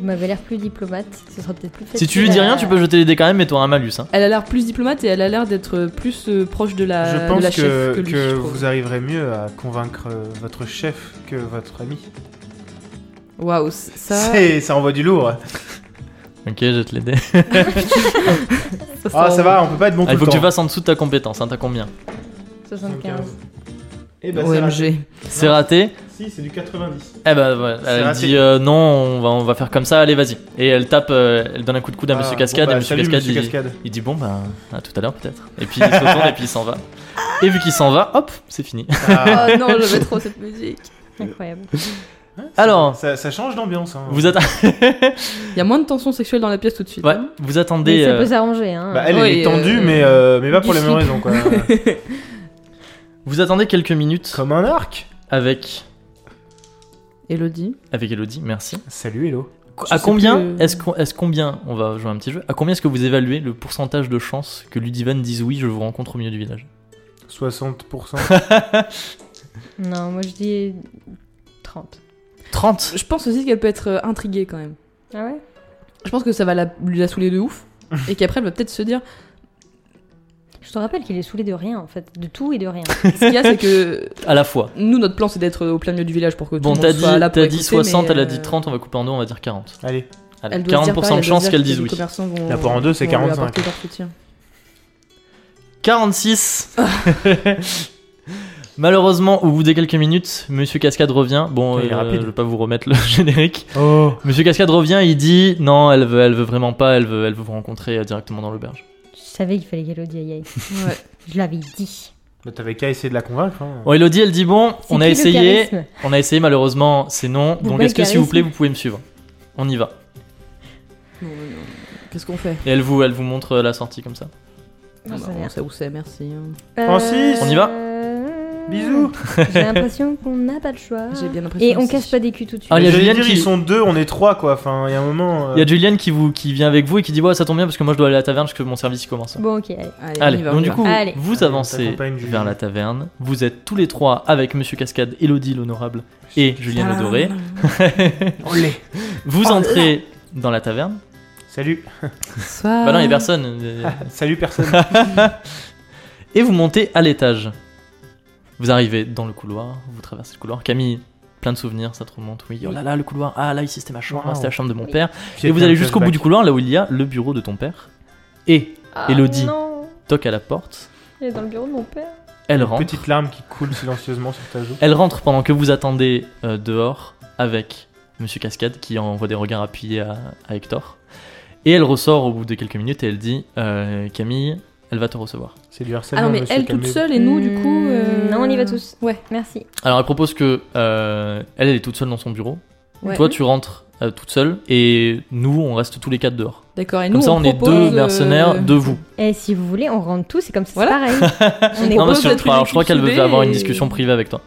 Vous m'avez l'air plus diplomate, ce sera peut-être plus facile. si tu lui dis à- rien, tu peux jeter les dés quand même, mais t'auras un malus. Hein. Elle a l'air plus diplomate et elle a l'air d'être plus euh, proche de la, Je de pense la chef que, que, lui. que je trouve. vous arriverez mieux à convaincre euh, votre chef que votre ami. Waouh, c- ça. C'est, ça envoie du lourd. Ok, jette les dés. Ah, ça va, on peut pas être bon Ah, tout il faut le que tu temps. fasses en dessous de ta compétence, hein, t'as combien 75. Eh ben, c'est raté. OMG. C'est raté Si, c'est du 90. Eh bah, ouais, C'est elle raté. dit euh, non, on va, on va faire comme ça, allez, vas-y. Et elle tape, euh, elle donne un coup de coude à Ah, Monsieur bon, Cascade, bah, et Monsieur salut, Cascade, Monsieur il, Cascade. il dit bon, bah, à tout à l'heure peut-être. Et puis il se retourne et puis il s'en va. Et vu qu'il s'en va, hop, c'est fini. Ah, Oh non, j'aimais trop cette musique. Incroyable. Alors, ça, ça change d'ambiance. Hein. vous, atta- Il y a moins de tension sexuelle dans la pièce tout de suite. ouais, hein. vous attendez. Mais ça euh, peut s'arranger, hein. Bah, elle, elle Oui, est tendue, euh, mais, euh, mais pas pour du les mêmes slip. raisons, quoi. Vous attendez quelques minutes Comme un arc. avec Elodie. avec Elodie, merci. Salut, Hello. à sais combien plus. est-ce qu'on est-ce combien on va jouer un petit jeu À combien est-ce que vous évaluez le pourcentage de chances que Ludivan dise oui, je vous rencontre au milieu du village 60%. Non, moi je dis 30. 30. Je pense aussi qu'elle peut être euh, intriguée quand même. Ah ouais Je pense que ça va la, lui la saouler de ouf. et qu'après, elle va peut-être se dire. Je te rappelle qu'il est saoulé de rien en fait, de tout et de rien. Ce qu'il y a, c'est que à la fois. nous, notre plan, c'est d'être au plein milieu du village pour que tout Bon, le t'as monde dit, soit là pour t'as dit écouter, 60, mais, elle a euh, dit 30, on va couper en deux, on va dire 40. Allez, Allez, Elle doit se 40% dire pareil, de elle doit chance se dire qu'elle que dise les oui. commerçants vont- La part en deux, c'est vont lui 45. apporter leur soutien. 46 Malheureusement, au bout des quelques minutes, Monsieur Cascade revient. Bon, Il est euh, rapide. je vais pas vous remettre le générique. Oh, Monsieur Cascade revient, il dit non, elle veut, elle veut vraiment pas, elle veut, elle veut vous rencontrer euh, directement dans l'auberge. Je savais qu'il fallait qu'Elodie aille. aille. Ouais. Je l'avais dit. bah, t'avais qu'à essayer de la convaincre. Hein. Bon, Elodie, elle dit bon, C'est on a qui le essayé, charisme on a essayé, malheureusement, c'est non. Vous donc voulez est-ce que s'il vous charisme plaît, vous pouvez me suivre On y va. Bon, euh, Qu'est-ce qu'on fait Et elle vous, elle vous montre euh, la sortie comme ça. Non, Ah ça bah, va. On sait où c'est, merci. hein. Euh, Francis On y va euh, Bisous. J'ai l'impression qu'on n'a pas le choix. J'ai bien l'impression. Ah. Et on que casse c'est- pas des culs tout de suite. Ah, il y a Mais j'allais Julienne dire, qui- ils sont deux, on est trois, quoi. Enfin, il y a un moment. euh, Il y a Julienne qui, vous, qui vient avec vous et qui dit ouais, ça tombe bien parce que moi je dois aller à la taverne parce que mon service commence. Bon, ok, allez. Allez, on Allez, y va, on donc y du va. coup, Allez. vous Allez, on avancez t'accompagne, Julie. vers la taverne. Vous êtes tous les trois avec Monsieur Cascade, Elodie l'honorable et Julien le doré. Olé. Vous Oh entrez dans la taverne. Salut. Bonsoir. Bah non, il y a personne. euh, Salut, personne. Et vous montez à l'étage. Vous arrivez dans le couloir, vous traversez le couloir. Camille, plein de souvenirs, ça te remonte. Oui, oh là là, le couloir. Ah là, ici c'était ma chambre, Wow. c'était la chambre de mon père. Et vous allez jusqu'au bout du couloir, là où il y a le bureau de ton père. Et Ah, Élodie. Non, toque à la porte. il est dans le bureau de mon père. Elle rentre. Petite larme qui coule silencieusement sur ta joue. Elle rentre pendant que vous attendez euh, dehors avec Monsieur Cascade qui envoie des regards appuyés à, à Hector. Et elle ressort au bout de quelques minutes et elle dit euh, Camille, elle va te recevoir. C'est du harcèlement. Ah non, mais monsieur elle toute Camus. seule et nous, du coup. euh, Hmm. Non, on y va tous. Ouais. Merci. Alors elle propose que euh, elle, elle est toute seule dans son bureau. ouais. Toi, tu rentres euh, toute seule et nous, on reste tous les quatre dehors. D'accord, et nous. Comme ça, on, est deux propose, mercenaires, euh, de vous. Et si vous voulez, on rentre tous, c'est comme ça, Voilà. c'est pareil. on est Non, mais propose je, d'être crois- alors, je crois qu'elle veut cultivés avoir une et- discussion privée avec toi.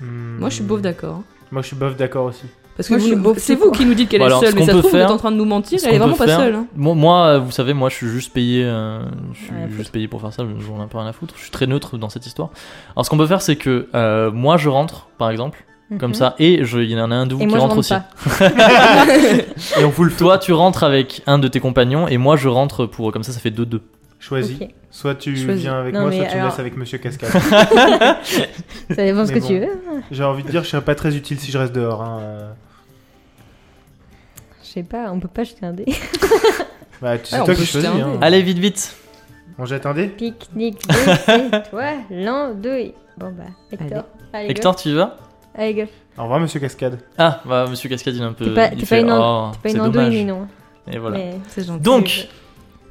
Hmm. Moi, je suis beauf d'accord. Moi, je suis bof d'accord aussi. Parce Moi, que je suis vous- beauf, c'est c'est vous quoi qui nous dites qu'elle Bon, est alors, ce seule, mais qu'on ça se peut trouve, vous faire- êtes en train de nous mentir, ce elle est qu'on vraiment peut pas faire- seule. hein. Moi, Moi, euh, vous savez, moi, je suis juste payé, euh, je suis Ouais, la juste foutre. payé pour faire ça. J'en ai un peu rien à foutre. Je suis très neutre dans cette histoire. Alors, ce qu'on peut faire, c'est que euh, moi, je rentre, par exemple, comme Mhm. ça, et je- il y en a un de vous Et qui moi, je rentre rentre aussi. pas. Et on vous le fait. Toi, tu rentres avec un de tes compagnons, et moi, je rentre pour comme ça, ça fait 2-2. Choisis. Ok. Soit tu Choisis. viens avec Non, moi, mais soit tu me alors- laisses avec Monsieur Cascade. Ça dépend ce que Mais tu bon. veux. hein. J'ai envie de dire, je serais pas très utile si je reste dehors. hein, euh. Je sais pas, on peut pas jeter un dé. Bah, tu- c'est Ouais, on toi peut qui jeter choisis. un Hein. dé. Allez, vite, vite. On jette un dé Pique-nique, deux, c'est toi, l'an, deux. et- Bon bah, Hector. Allez, Hector, tu y vas go. Allez, go. Au revoir, Monsieur Cascade. Ah, bah, monsieur Cascade, il est un peu. T'es pas- il t'es pas fait, une oh, Pas c'est une andouille, dommage. mais non. hein. Et voilà. Mais C'est gentil. Donc,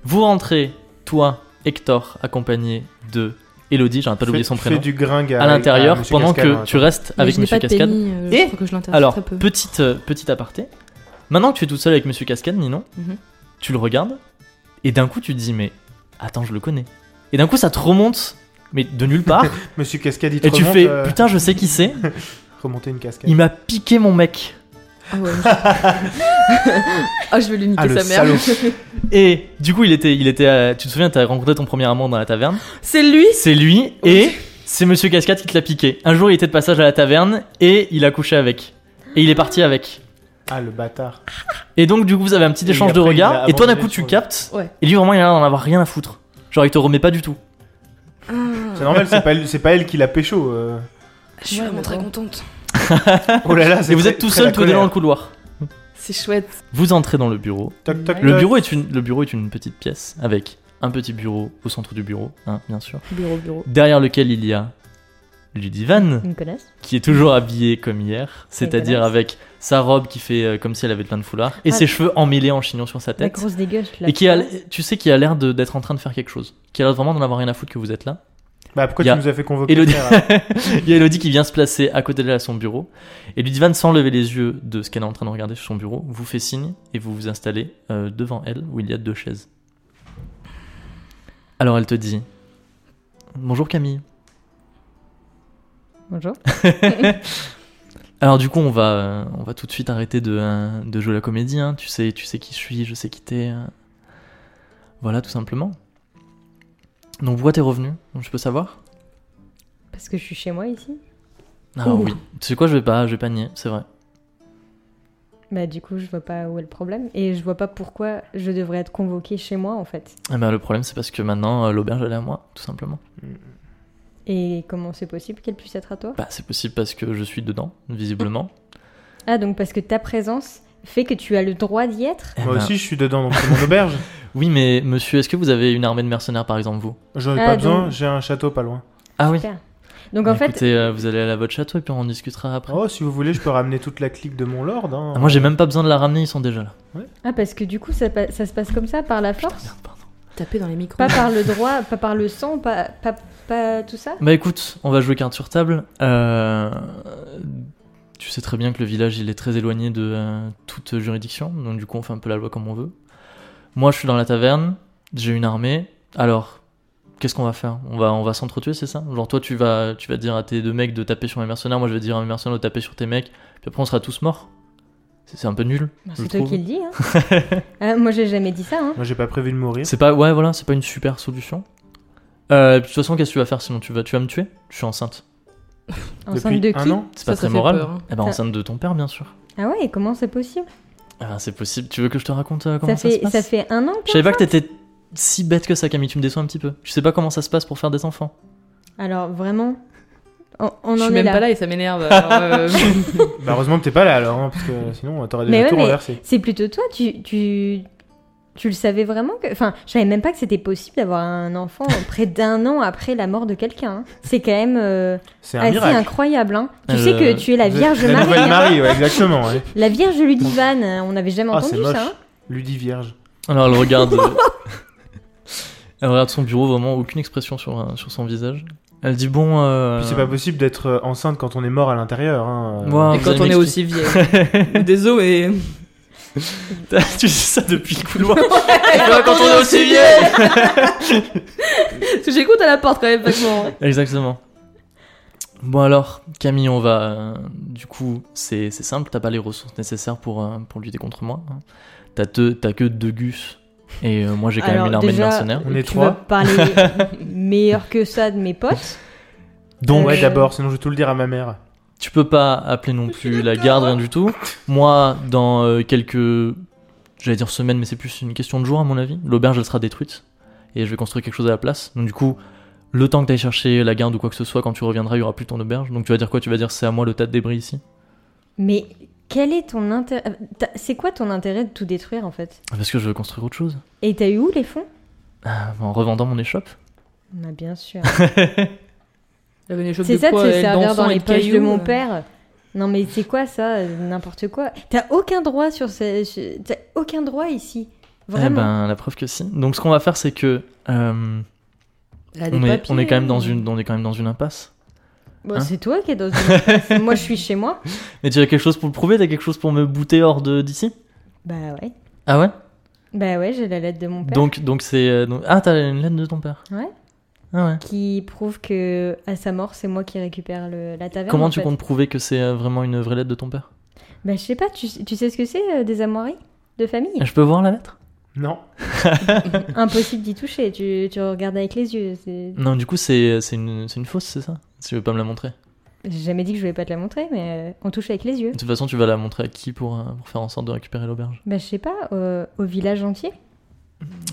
vous rentrez, toi, Hector, accompagné de Elodie, j'aurais pas oublié son Fais- prénom, Fais du gringue à l'intérieur, Monsieur pendant Cascade, que hein, tu restes Mais avec je n'ai Monsieur pas de Cascade. pénis, euh, Et je crois que je l'intéresse Alors, très peu. petite, euh, petite aparté. Maintenant que tu es toute seule avec Monsieur Cascade, Ninon, Mhm. tu le regardes, et d'un coup tu te dis, mais attends, je le connais. Et d'un coup ça te remonte, mais de nulle part, Monsieur Cascade, il te et tu remonte, fais, euh, putain, je sais qui c'est, remonter une cascade. il m'a piqué mon mec. Ah ouais. ah, je vais lui niquer Ah, le sa mère. Et du coup, il était, il était, euh, tu te souviens, t'as rencontré ton premier amant dans la taverne. C'est lui C'est lui et c'est Monsieur Cascade qui te l'a piqué. Un jour, il était de passage à la taverne et il a couché avec. Et il est parti avec. Ah, le bâtard. Et donc, du coup, vous avez un petit Et échange de après, il regards. a Et toi, d'un abandonné coup, le tu projet. captes. Ouais. Et lui, vraiment, il a l'air d'en avoir rien à foutre. Genre, il te remet pas du tout. Ah. C'est normal, c'est pas, elle- c'est pas elle qui l'a pécho. euh. Je suis Ouais, vraiment mais très bon. contente. Oh là là, c'est Et vous très- êtes tout très seul, la tous les deux dans colère. le couloir. C'est chouette. Vous entrez dans le bureau. Toc, toc, Le toc. bureau est une, le bureau est une petite pièce avec un petit bureau au centre du bureau, hein, bien sûr. Bureau, bureau. Derrière lequel il y a Ludivan. Ils me connaissent qui est toujours habillée comme hier, c'est-à-dire Dégueulasse. avec sa robe qui fait euh, comme si elle avait plein de foulards et Ah. ses cheveux emmêlés en chignon sur sa La tête. grosse dégueulasse là. Et qui a, tu sais qu'il a l'air de- d'être en train de faire quelque chose, qui a l'air vraiment d'en avoir rien à foutre que vous êtes là. Bah, pourquoi Il y a tu nous as fait convoquer Elodie, frère, là il y a Elodie qui vient se placer à côté d'elle à son bureau. Et Ludivan, sans lever les yeux de ce qu'elle est en train de regarder sur son bureau, vous fait signe et vous vous installez euh, devant elle où il y a deux chaises. Alors elle te dit Bonjour Camille. Bonjour. Alors du coup, on va, euh, on va tout de suite arrêter de, euh, de jouer la comédie. hein. Tu sais, tu sais qui je suis, je sais qui t'es. euh. Voilà, tout simplement. Donc pourquoi t'es revenu Je peux savoir Parce que je suis chez moi ici. Ah Ouh. oui. Tu sais quoi Je vais pas, je vais pas nier. C'est vrai. Bah du coup, je vois pas où est le problème et je vois pas pourquoi je devrais être convoquée chez moi en fait. Eh ben, le problème, c'est parce que maintenant euh, l'auberge elle est à moi, tout simplement. Et comment c'est possible qu'elle puisse être à toi Bah c'est possible parce que je suis dedans, visiblement. Ah donc parce que ta présence fait que tu as le droit d'y être Eh hein Moi ben, aussi, je suis dedans, donc c'est mon auberge. Oui, mais monsieur, est-ce que vous avez une armée de mercenaires par exemple vous J'en ai Ah, pas donc- besoin, j'ai un château pas loin. Ah oui. Super. Donc en Bah, fait, écoutez, euh, vous allez à la votre château et puis on en discutera après. Oh, si vous voulez, je peux ramener toute la clique de mon lord. hein. Ah, moi, j'ai même pas besoin de la ramener, ils sont déjà là. ah parce que du coup ça, pa- ça se passe comme ça par la force, Merde, pardon. Taper dans les micros. pas par le droit, pas par le sang, pas pas, pas tout ça. Bah écoute, on va jouer carte sur table. Euh, tu sais très bien que le village il est très éloigné de euh, toute juridiction, donc du coup on fait un peu la loi comme on veut. Moi je suis dans la taverne, j'ai une armée. Alors qu'est-ce qu'on va faire On va on va s'entretuer, c'est ça Genre toi tu vas tu vas dire à tes deux mecs de taper sur mes mercenaires, moi je vais dire à mes mercenaires de taper sur tes mecs, puis après on sera tous morts. C'est c'est un peu nul. je C'est toi trouve. qui le dis. Hein. Ah, moi j'ai jamais dit ça. Hein. Moi, j'ai pas prévu de mourir. C'est pas ouais voilà, c'est pas une super solution. Euh, de toute façon, qu'est-ce que tu vas faire sinon tu vas tu vas me tuer Je suis enceinte. Enceinte Depuis de un qui an C'est pas Ça, ça très fait moral. peur, hein. Eh ben Ça- enceinte de ton père bien sûr. Ah ouais, comment c'est possible Ah, c'est possible. Tu veux que je te raconte euh, comment ça ça, fait, se passe ça fait un an Je savais pas que t'étais si bête que ça, Camille. Tu me déçois un petit peu. Je sais pas comment ça se passe pour faire des enfants. Alors vraiment, on, on je suis en est même là. pas là et ça m'énerve. alors, euh, Ah, Bah, heureusement que t'es pas là alors, hein, parce que sinon, t'aurais Mais déjà ouais, tout mais- renversé. C'est plutôt toi, tu, tu, tu le savais vraiment que... Enfin, je savais même pas que c'était possible d'avoir un enfant hein, près d'un an après la mort de quelqu'un. hein. C'est quand même euh, C'est un assez miracle. incroyable. hein. Tu Euh, sais que tu es la Vierge La Marie. nouvelle hein. Marie, ouais, exactement. ouais. La Vierge Ludivane, euh, on n'avait jamais Ah, c'est entendu moche. ça. hein. Ludie Vierge. Alors elle regarde. euh, elle regarde son bureau, vraiment aucune expression sur, euh, sur son visage. Elle dit bon. euh, Puis c'est pas possible d'être euh, enceinte quand on est mort à l'intérieur. Hein. euh. Ouais. et vous quand allez m'expliquer. on est aussi vieille. Désolé. tu dis ça depuis le couloir. Ouais, quand on est aussi vieux. Parce que j'écoute à la porte quand même, parce que bon, Exactement. Bon alors, Camille, on va. euh, du coup, c'est c'est simple. T'as pas les ressources nécessaires pour euh, pour lutter contre moi. hein. T'as deux- t'as que deux gus. Et euh, moi j'ai quand Alors, même une armée déjà, de mercenaires. On est tu trois. vas parler meilleur que ça de mes potes. Donc ouais, euh, d'abord, sinon je vais tout le dire à ma mère. Tu peux pas appeler non plus la garde, rien du tout. Moi, dans euh, quelques. J'allais dire semaines, mais c'est plus une question de jours à mon avis. L'auberge, elle sera détruite. Et je vais construire quelque chose à la place. Donc, du coup, le temps que t'ailles chercher la garde ou quoi que ce soit, quand tu reviendras, il y aura plus ton auberge. Donc, tu vas dire quoi Tu vas dire c'est à moi le tas de débris ici Mais quel est ton intérêt... euh, t'as- C'est quoi ton intérêt de tout détruire en fait Ah, Parce que je veux construire autre chose. Et t'as eu où les fonds Ah, En revendant mon échoppe. Bah, Bien sûr. elle avait les cheveux C'est de ça de poids, se elle servir dansant dans et les de poches de cailloux, mon euh. père. Non mais c'est quoi ça euh, N'importe quoi. T'as aucun droit sur ce... ce- T'as aucun droit ici. Eh Vraiment. ben, la preuve que si. Donc, ce qu'on va faire, c'est que. euh, Elle a des on, est, papiers, on est quand même dans euh. une, on est quand même dans une impasse. Bon, hein. c'est toi qui es dans une... moi je suis chez moi. Mais tu as quelque chose pour le prouver T'as quelque chose pour me bouter hors de d'ici Bah ouais. Ah ouais Bah ouais, j'ai la lettre de mon père Donc, donc c'est. euh, donc- Ah, t'as une lettre de ton père Ouais. Ah ouais. qui prouve que à sa mort, c'est moi qui récupère le- la taverne. Comment en tu fait. comptes prouver que c'est euh, vraiment une vraie lettre de ton père Bah je sais pas, tu, tu sais ce que c'est euh, des armoiries de famille Je peux voir la lettre Non. Impossible d'y toucher, tu, tu regardes avec les yeux. c'est- Non, du coup, c'est c'est une, c'est une fausse, c'est ça Tu veux pas me la montrer J'ai jamais dit que je voulais pas te la montrer, mais euh, on touche avec les yeux. De toute façon, tu vas la montrer à qui pour, euh, pour faire en sorte de récupérer l'auberge Bah je sais pas, euh, au village entier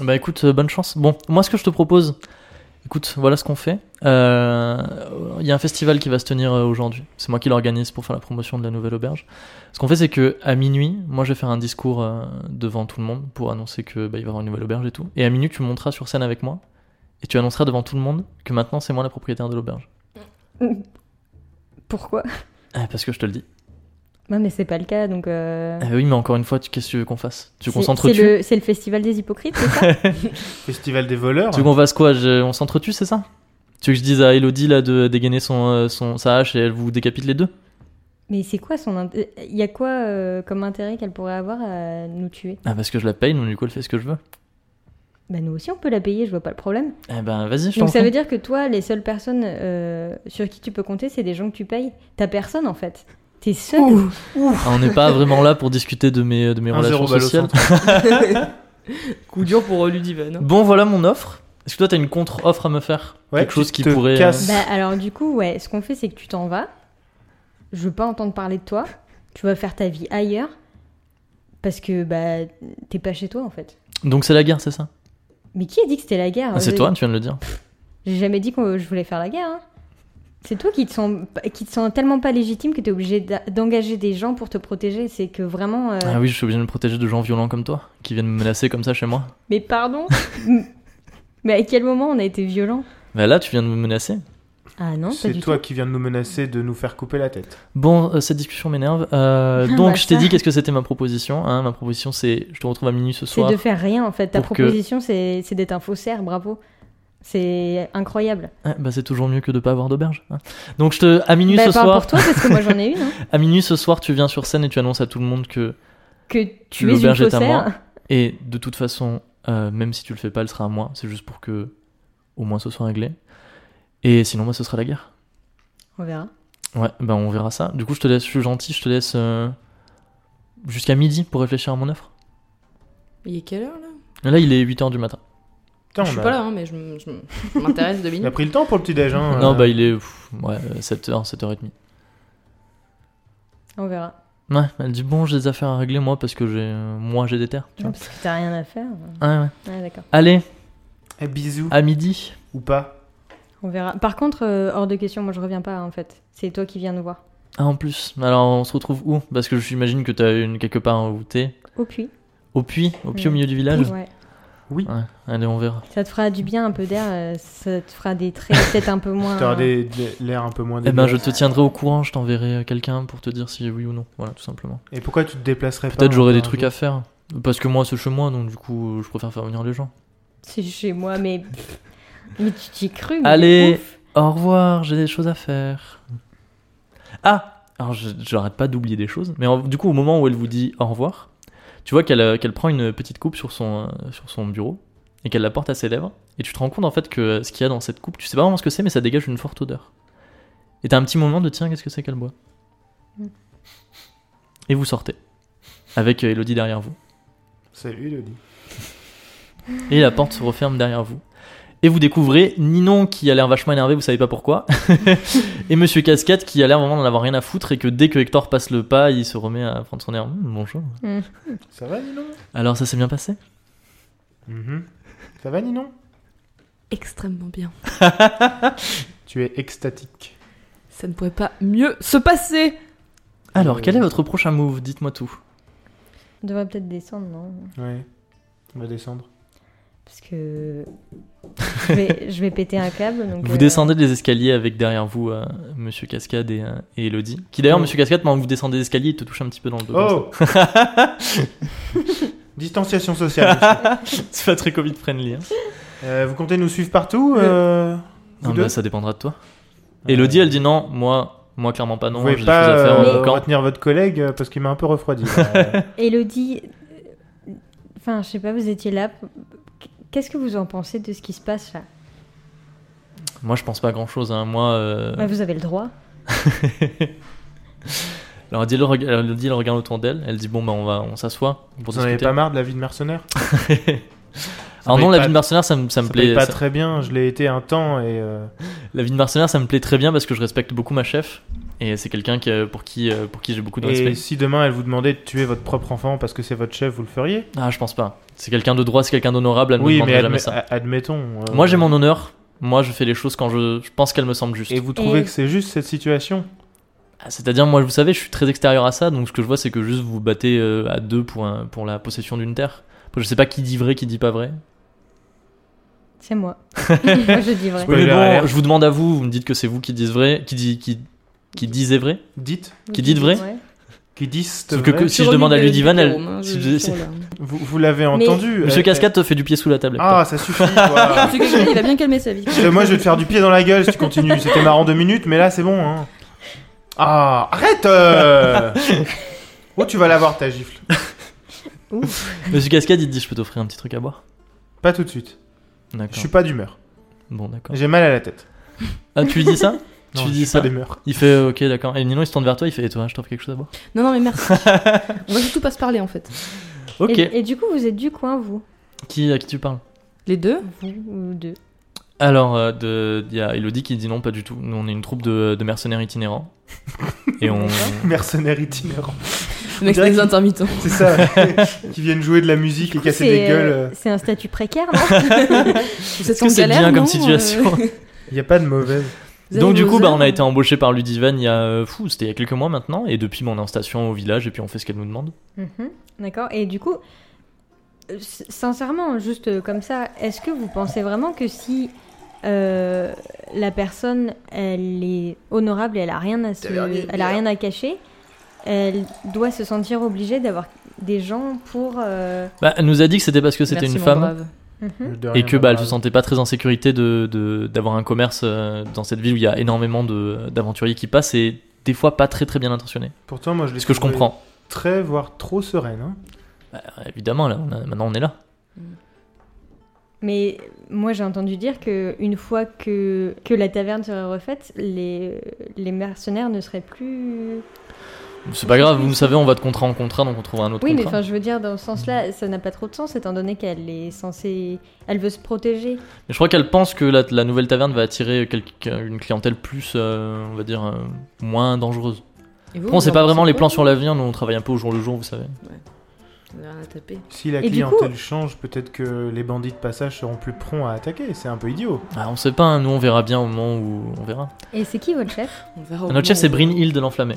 Bah écoute, euh, bonne chance. Bon, moi, ce que je te propose, écoute, voilà ce qu'on fait. Euh, Il y a un festival qui va se tenir euh, aujourd'hui. C'est moi qui l'organise pour faire la promotion de la nouvelle auberge. Ce qu'on fait, c'est que à minuit, moi, je vais faire un discours euh, devant tout le monde pour annoncer que bah, il va y avoir une nouvelle auberge et tout. Et à minuit, tu monteras sur scène avec moi et tu annonceras devant tout le monde que maintenant, c'est moi la propriétaire de l'auberge. Pourquoi Ah, parce que je te le dis. Non mais c'est pas le cas, donc... euh, Ah oui, mais encore une fois, tu- qu'est-ce que tu veux qu'on fasse Tu c'est- concentres-tu C'est le, c'est le festival des hypocrites, c'est ça Festival des voleurs. Tu veux qu'on fasse quoi Je- On s'entretue, c'est ça Tu veux que je dise à Elodie là de dégainer son, euh, son, sa hache et elle vous décapite les deux Mais c'est quoi son... int- Il y a quoi euh, comme intérêt qu'elle pourrait avoir à nous tuer Ah, parce que je la paye, donc du coup elle fait ce que je veux. Bah nous aussi on peut la payer, je vois pas le problème. Eh ben vas-y, je t'en Donc ça prie. veut dire que toi, les seules personnes euh, sur qui tu peux compter, c'est des gens que tu payes. T'as personne en fait. T'es seul. Ah, on n'est pas vraiment là pour discuter de mes, de mes Un zéro relations balle au sociales. Coup dur pour euh, hein. Ludiven. Bon, voilà mon offre. Est-ce que toi t'as une contre-offre à me faire Ouais, Quelque chose tu qui te pourrait. euh, casses. Bah alors du coup, ouais, ce qu'on fait, c'est que tu t'en vas. Je veux pas entendre parler de toi. Tu vas faire ta vie ailleurs. Parce que bah t'es pas chez toi en fait. Donc c'est la guerre, c'est Ah, ça Mais qui a dit que c'était la guerre Euh, Ah, C'est Je- toi, tu viens de le dire. J'ai jamais dit que je voulais faire la guerre. hein. C'est toi qui te, sens, qui te sens tellement pas légitime que t'es obligé d'a- d'engager des gens pour te protéger. C'est que vraiment. euh, Ah oui, je suis obligé de me protéger de gens violents comme toi qui viennent me menacer comme ça chez moi. Mais pardon Mais à quel moment on a été violent Bah là, tu viens de me menacer. Ah non, pas C'est du toi qui viens de nous menacer de nous faire couper la tête. Bon, euh, cette discussion m'énerve. Euh, Ah, donc, bah, je t'ai ça. dit qu'est-ce que c'était ma proposition. hein. ma proposition, c'est je te retrouve à minuit ce C'est soir. de faire rien en fait. Ta pour que- proposition, c'est c'est d'être un faussaire, bravo. C'est incroyable. Ah, bah, c'est toujours mieux que de pas avoir d'auberge. hein. Donc, je te à minuit Bah, ce parle soir. pour toi parce que moi j'en ai une. hein. À minuit ce soir, tu viens sur scène et tu annonces à tout le monde que Que tu es une l'auberge est à moi. faussaire. Et de toute façon, euh, même si tu le fais pas, elle sera à moi. C'est juste pour que au moins ce soit réglé. Et sinon, moi, ce sera la guerre. On verra. Ouais, bah on verra ça. Du coup, je te laisse. Je suis gentil. Je te laisse euh, jusqu'à midi pour réfléchir à mon offre. Il est quelle heure là Et Là, il est 8h du matin. Putain, Je suis on a... pas là, hein, mais je m- je m- je m'intéresse deux on a minutes. pris le temps pour le petit déj. Hein, Non, euh. bah il est pff, ouais 7h, 7h30. On verra. Ouais, elle dit bon, j'ai des affaires à régler moi parce que j'ai euh, moi j'ai des terres. Tu Non, vois. parce que t'as rien à faire. Ouais, ouais. Ouais, d'accord. Allez, Eh, bisous. à midi. Ou pas. On verra. Par contre, euh, hors de question, moi je reviens pas en fait. C'est toi qui viens nous voir. Ah en plus. Alors on se retrouve où Parce que j'imagine que t'as une quelque part où t'es. Au puits. Au puits, au puits Mm. au milieu du village. Ouais. Ouais. Allez, on verra. Ça te fera du bien un peu d'air. euh, Ça te fera des traits peut-être un peu moins. T'auras des- des- l'air un peu moins Eh ben je dégueulasse. te tiendrai au courant, je t'enverrai euh, quelqu'un pour te dire si oui ou non. Voilà, tout simplement. Et pourquoi tu te déplacerais pas hein. Peut-être j'aurai un des jour trucs à faire. Parce que moi c'est chez moi, donc du coup euh, je préfère faire venir les gens. C'est chez moi, mais. Mais tu t'y es cru. mais Allez. de ouf. Au revoir, j'ai des choses à faire. Ah Alors, je- j'arrête pas d'oublier des choses. Mais en- du coup, au moment où elle vous dit au revoir, tu vois qu'elle euh, qu'elle prend une petite coupe sur son, euh, sur son bureau et qu'elle la porte à ses lèvres. Et tu te rends compte en fait que euh, ce qu'il y a dans cette coupe, tu sais pas vraiment ce que c'est, mais ça dégage une forte odeur. Et t'as un petit moment de tiens, qu'est-ce que c'est qu'elle boit Mm. Et vous sortez. Avec euh, Elodie derrière vous. Salut Elodie. Et la porte se referme derrière vous. Et vous découvrez Ninon qui a l'air vachement énervé, vous savez pas pourquoi. et Monsieur Casquette qui a l'air vraiment d'en avoir rien à foutre et que dès que Hector passe le pas, il se remet à prendre son air. Hum, bonjour. Ça va Ninon Alors ça s'est bien passé Mm-hmm. Mhm. Ça va Ninon Extrêmement bien. Tu es extatique. Ça ne pourrait pas mieux se passer Alors Euh, quel est votre prochain move Dites-moi tout. On devrait peut-être descendre, non Ouais. On va descendre. Parce que. je, vais, je vais péter un câble. Donc Vous euh, descendez des escaliers avec derrière vous euh, Monsieur Cascade et, euh, et Elodie. Qui d'ailleurs, Oh. Monsieur Cascade, pendant que vous descendez des escaliers, il te touche un petit peu dans le dos. Oh Distanciation sociale. monsieur. C'est pas très Covid friendly. hein. Euh, vous comptez nous suivre partout euh, vous Non, deux Euh. bah, ça dépendra de toi. Elodie, elle dit non, moi, moi clairement pas Vous non. pouvez j'ai des pas choses à faire euh, euh, au camp. retenir votre collègue euh, parce qu'il m'a un peu refroidi. là. Elodie. euh, Enfin, je sais pas, vous étiez là. Qu'est-ce que vous en pensez de ce qui se passe là Moi, je pense pas grand chose. Hein. Moi, euh, Bah, Vous avez le droit. alors Odile reg- alors, Odile regarde autour d'elle. Elle dit bon, bah on va, on s'assoit pour Vous en avez discuter. pas marre de la vie de mercenaire alors paye non, la pas- vie de mercenaire, ça me, ça me Ça plaît. paye pas ça- très bien, je l'ai été un temps et euh, La vie de mercenaire, ça me plaît très bien parce que je respecte beaucoup ma chef et c'est quelqu'un que- pour qui, euh, pour qui j'ai beaucoup de Et respect. si demain elle vous demandait de tuer votre propre enfant parce que c'est votre chef, vous le feriez Ah, je pense pas. C'est quelqu'un de droit, c'est quelqu'un d'honorable. Elle ne me Oui, mais demanderait jamais ça. admet- a- admettons. euh, Moi, j'ai mon honneur. Moi, je fais les choses quand je, je pense qu'elles me semblent justes. Et vous trouvez Et- que c'est juste cette situation Ah, C'est-à-dire, moi, vous savez, je suis très extérieur à ça, donc ce que je vois, c'est que juste vous vous battez euh, à deux pour, un- pour la possession d'une terre. Après, Je sais pas qui dit vrai, qui dit pas vrai. C'est moi. moi, je dis vrai. Oui, mais j'ai bon, l'air. je vous demande à vous, vous me dites que c'est vous qui dites vrai, qui dit, qui, qui disait vrai. Dites Qui dit de vrai Ouais. Qui disent Sauf que, vrai que- si je demande à Ludivan, elle- hein, si je- si- Monsieur Vous, vous l'avez Mais- entendu Monsieur elle- Cascade te fait du pied sous la table. elle- Euh, Ah, ça suffit quoi. Gagnon, il a bien calmé sa vie. Parce que Moi je vais te faire du pied dans la gueule si tu continues. C'était marrant deux minutes, mais là c'est bon. Hein. Ah, arrête euh. Oh, tu vas l'avoir ta gifle. Monsieur Cascade, il te dit, je peux t'offrir un petit truc à boire. Pas tout de suite. D'accord. Je suis pas d'humeur. Bon, d'accord. J'ai mal à la tête. Ah, tu lui dis ça Tu Non, lui je dis suis pas ça d'humeur. Il fait, euh, ok, d'accord. Et Ninon, il se tourne vers toi, il fait, et toi, je t'offre quelque chose à boire. Non, non, mais merci. On va surtout pas se parler en fait. Ok. Et, et du coup, vous êtes du coin, vous Qui, à qui tu parles Les deux Vous ou deux Alors, euh, de- il y a Elodie qui dit non, pas du tout. Nous, on est une troupe de, de mercenaires itinérants. Et on. Mercenaires itinérants. Le mec, c'est dirait des qu'il- intermittents. C'est ça, qui viennent jouer de la musique et Du coup, casser des c'est, euh, gueules. C'est un statut précaire, non Vous êtes que en c'est galère, bien comme non situation Euh, Il n'y a pas de mauvaise. vous avez Donc, du vos coup, bah, heures on a été embauché par Ludivan il y a. euh, Fou, c'était il y a quelques mois maintenant. Et depuis, bah, on est en station au village et puis on fait ce qu'elle nous demande. Mhm, D'accord. Et du coup, euh, s- sincèrement, juste euh, comme ça, est-ce que vous pensez vraiment que si euh, la personne, elle est honorable, et elle a rien hein. à se, elle a rien à cacher, elle doit se sentir obligée d'avoir des gens pour. euh, Bah, elle nous a dit que c'était parce que c'était Merci, une mon femme. brave. mhm. De Et rien, que bah, elle se grave. sentait pas très en sécurité d'avoir de, d'avoir un commerce euh, dans cette ville où il y a énormément de- d'aventuriers qui passent et des fois pas très très bien intentionnés. Pourtant, moi, je l'ai Ce que je trouvée comprends. Très, voire trop sereine. hein. Ah, Évidemment, là, on a- maintenant on est là. Mais moi, j'ai entendu dire que une fois que que la taverne serait refaite, les les mercenaires ne seraient plus. C'est pas grave, vous savez, on va de contrat en contrat, donc on trouvera un autre Oui, mais contrat. enfin, je veux dire, dans ce sens-là, ça n'a pas trop de sens, étant donné qu'elle est censée, elle veut se protéger. Mais je crois qu'elle pense que la, la nouvelle taverne va attirer quelqu'un- une clientèle plus, euh, on va dire, euh, moins dangereuse. Et vous, Après, on vous sait en pas vraiment pensez les quoi plans sur l'avenir, nous on travaille un peu au jour le jour, vous savez. Vous avez rien à taper. Si la Et du coup- clientèle change, peut-être que les bandits de passage seront plus prompts à attaquer. C'est un peu idiot. Ah, on sait pas, hein, nous on verra bien au moment où on verra. Et c'est qui votre chef On verra au Notre chef moment c'est où- Brynhild de l'enflammé.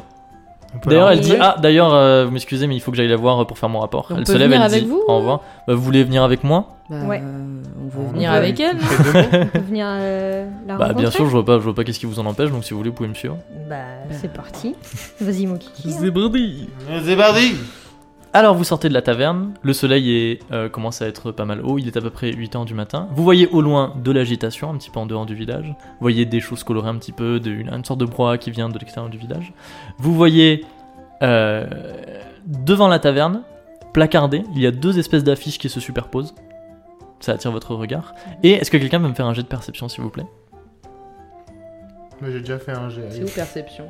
On peut D'ailleurs, la elle dit rencontrer Ah, d'ailleurs, euh, vous m'excusez, mais il faut que j'aille la voir pour faire mon rapport. On elle peut se lève, venir elle avec dit vous Au revoir. Bah, vous voulez venir avec moi Bah, Ouais. euh, On On veut venir peut avec lui elle. non toucher deux mots. On peut venir euh, la Bah, rencontrer bien sûr, je vois pas, je vois pas qu'est-ce qui vous en empêche, donc si vous voulez, vous pouvez me suivre. Bah, c'est parti. Vas-y, mon kiki. hein. C'est parti Alors vous sortez de la taverne, le soleil est, euh, commence à être pas mal haut, il est à peu près 8h du matin. Vous voyez au loin de l'agitation, un petit peu en dehors du village. Vous voyez des choses colorées un petit peu, de- une, une sorte de broie qui vient de l'extérieur du village. Vous voyez euh, devant la taverne, placardé, il y a deux espèces d'affiches qui se superposent. Ça attire votre regard. Et est-ce que quelqu'un peut me faire un jet de perception s'il vous plaît Moi, J'ai déjà fait un G. C'est où perception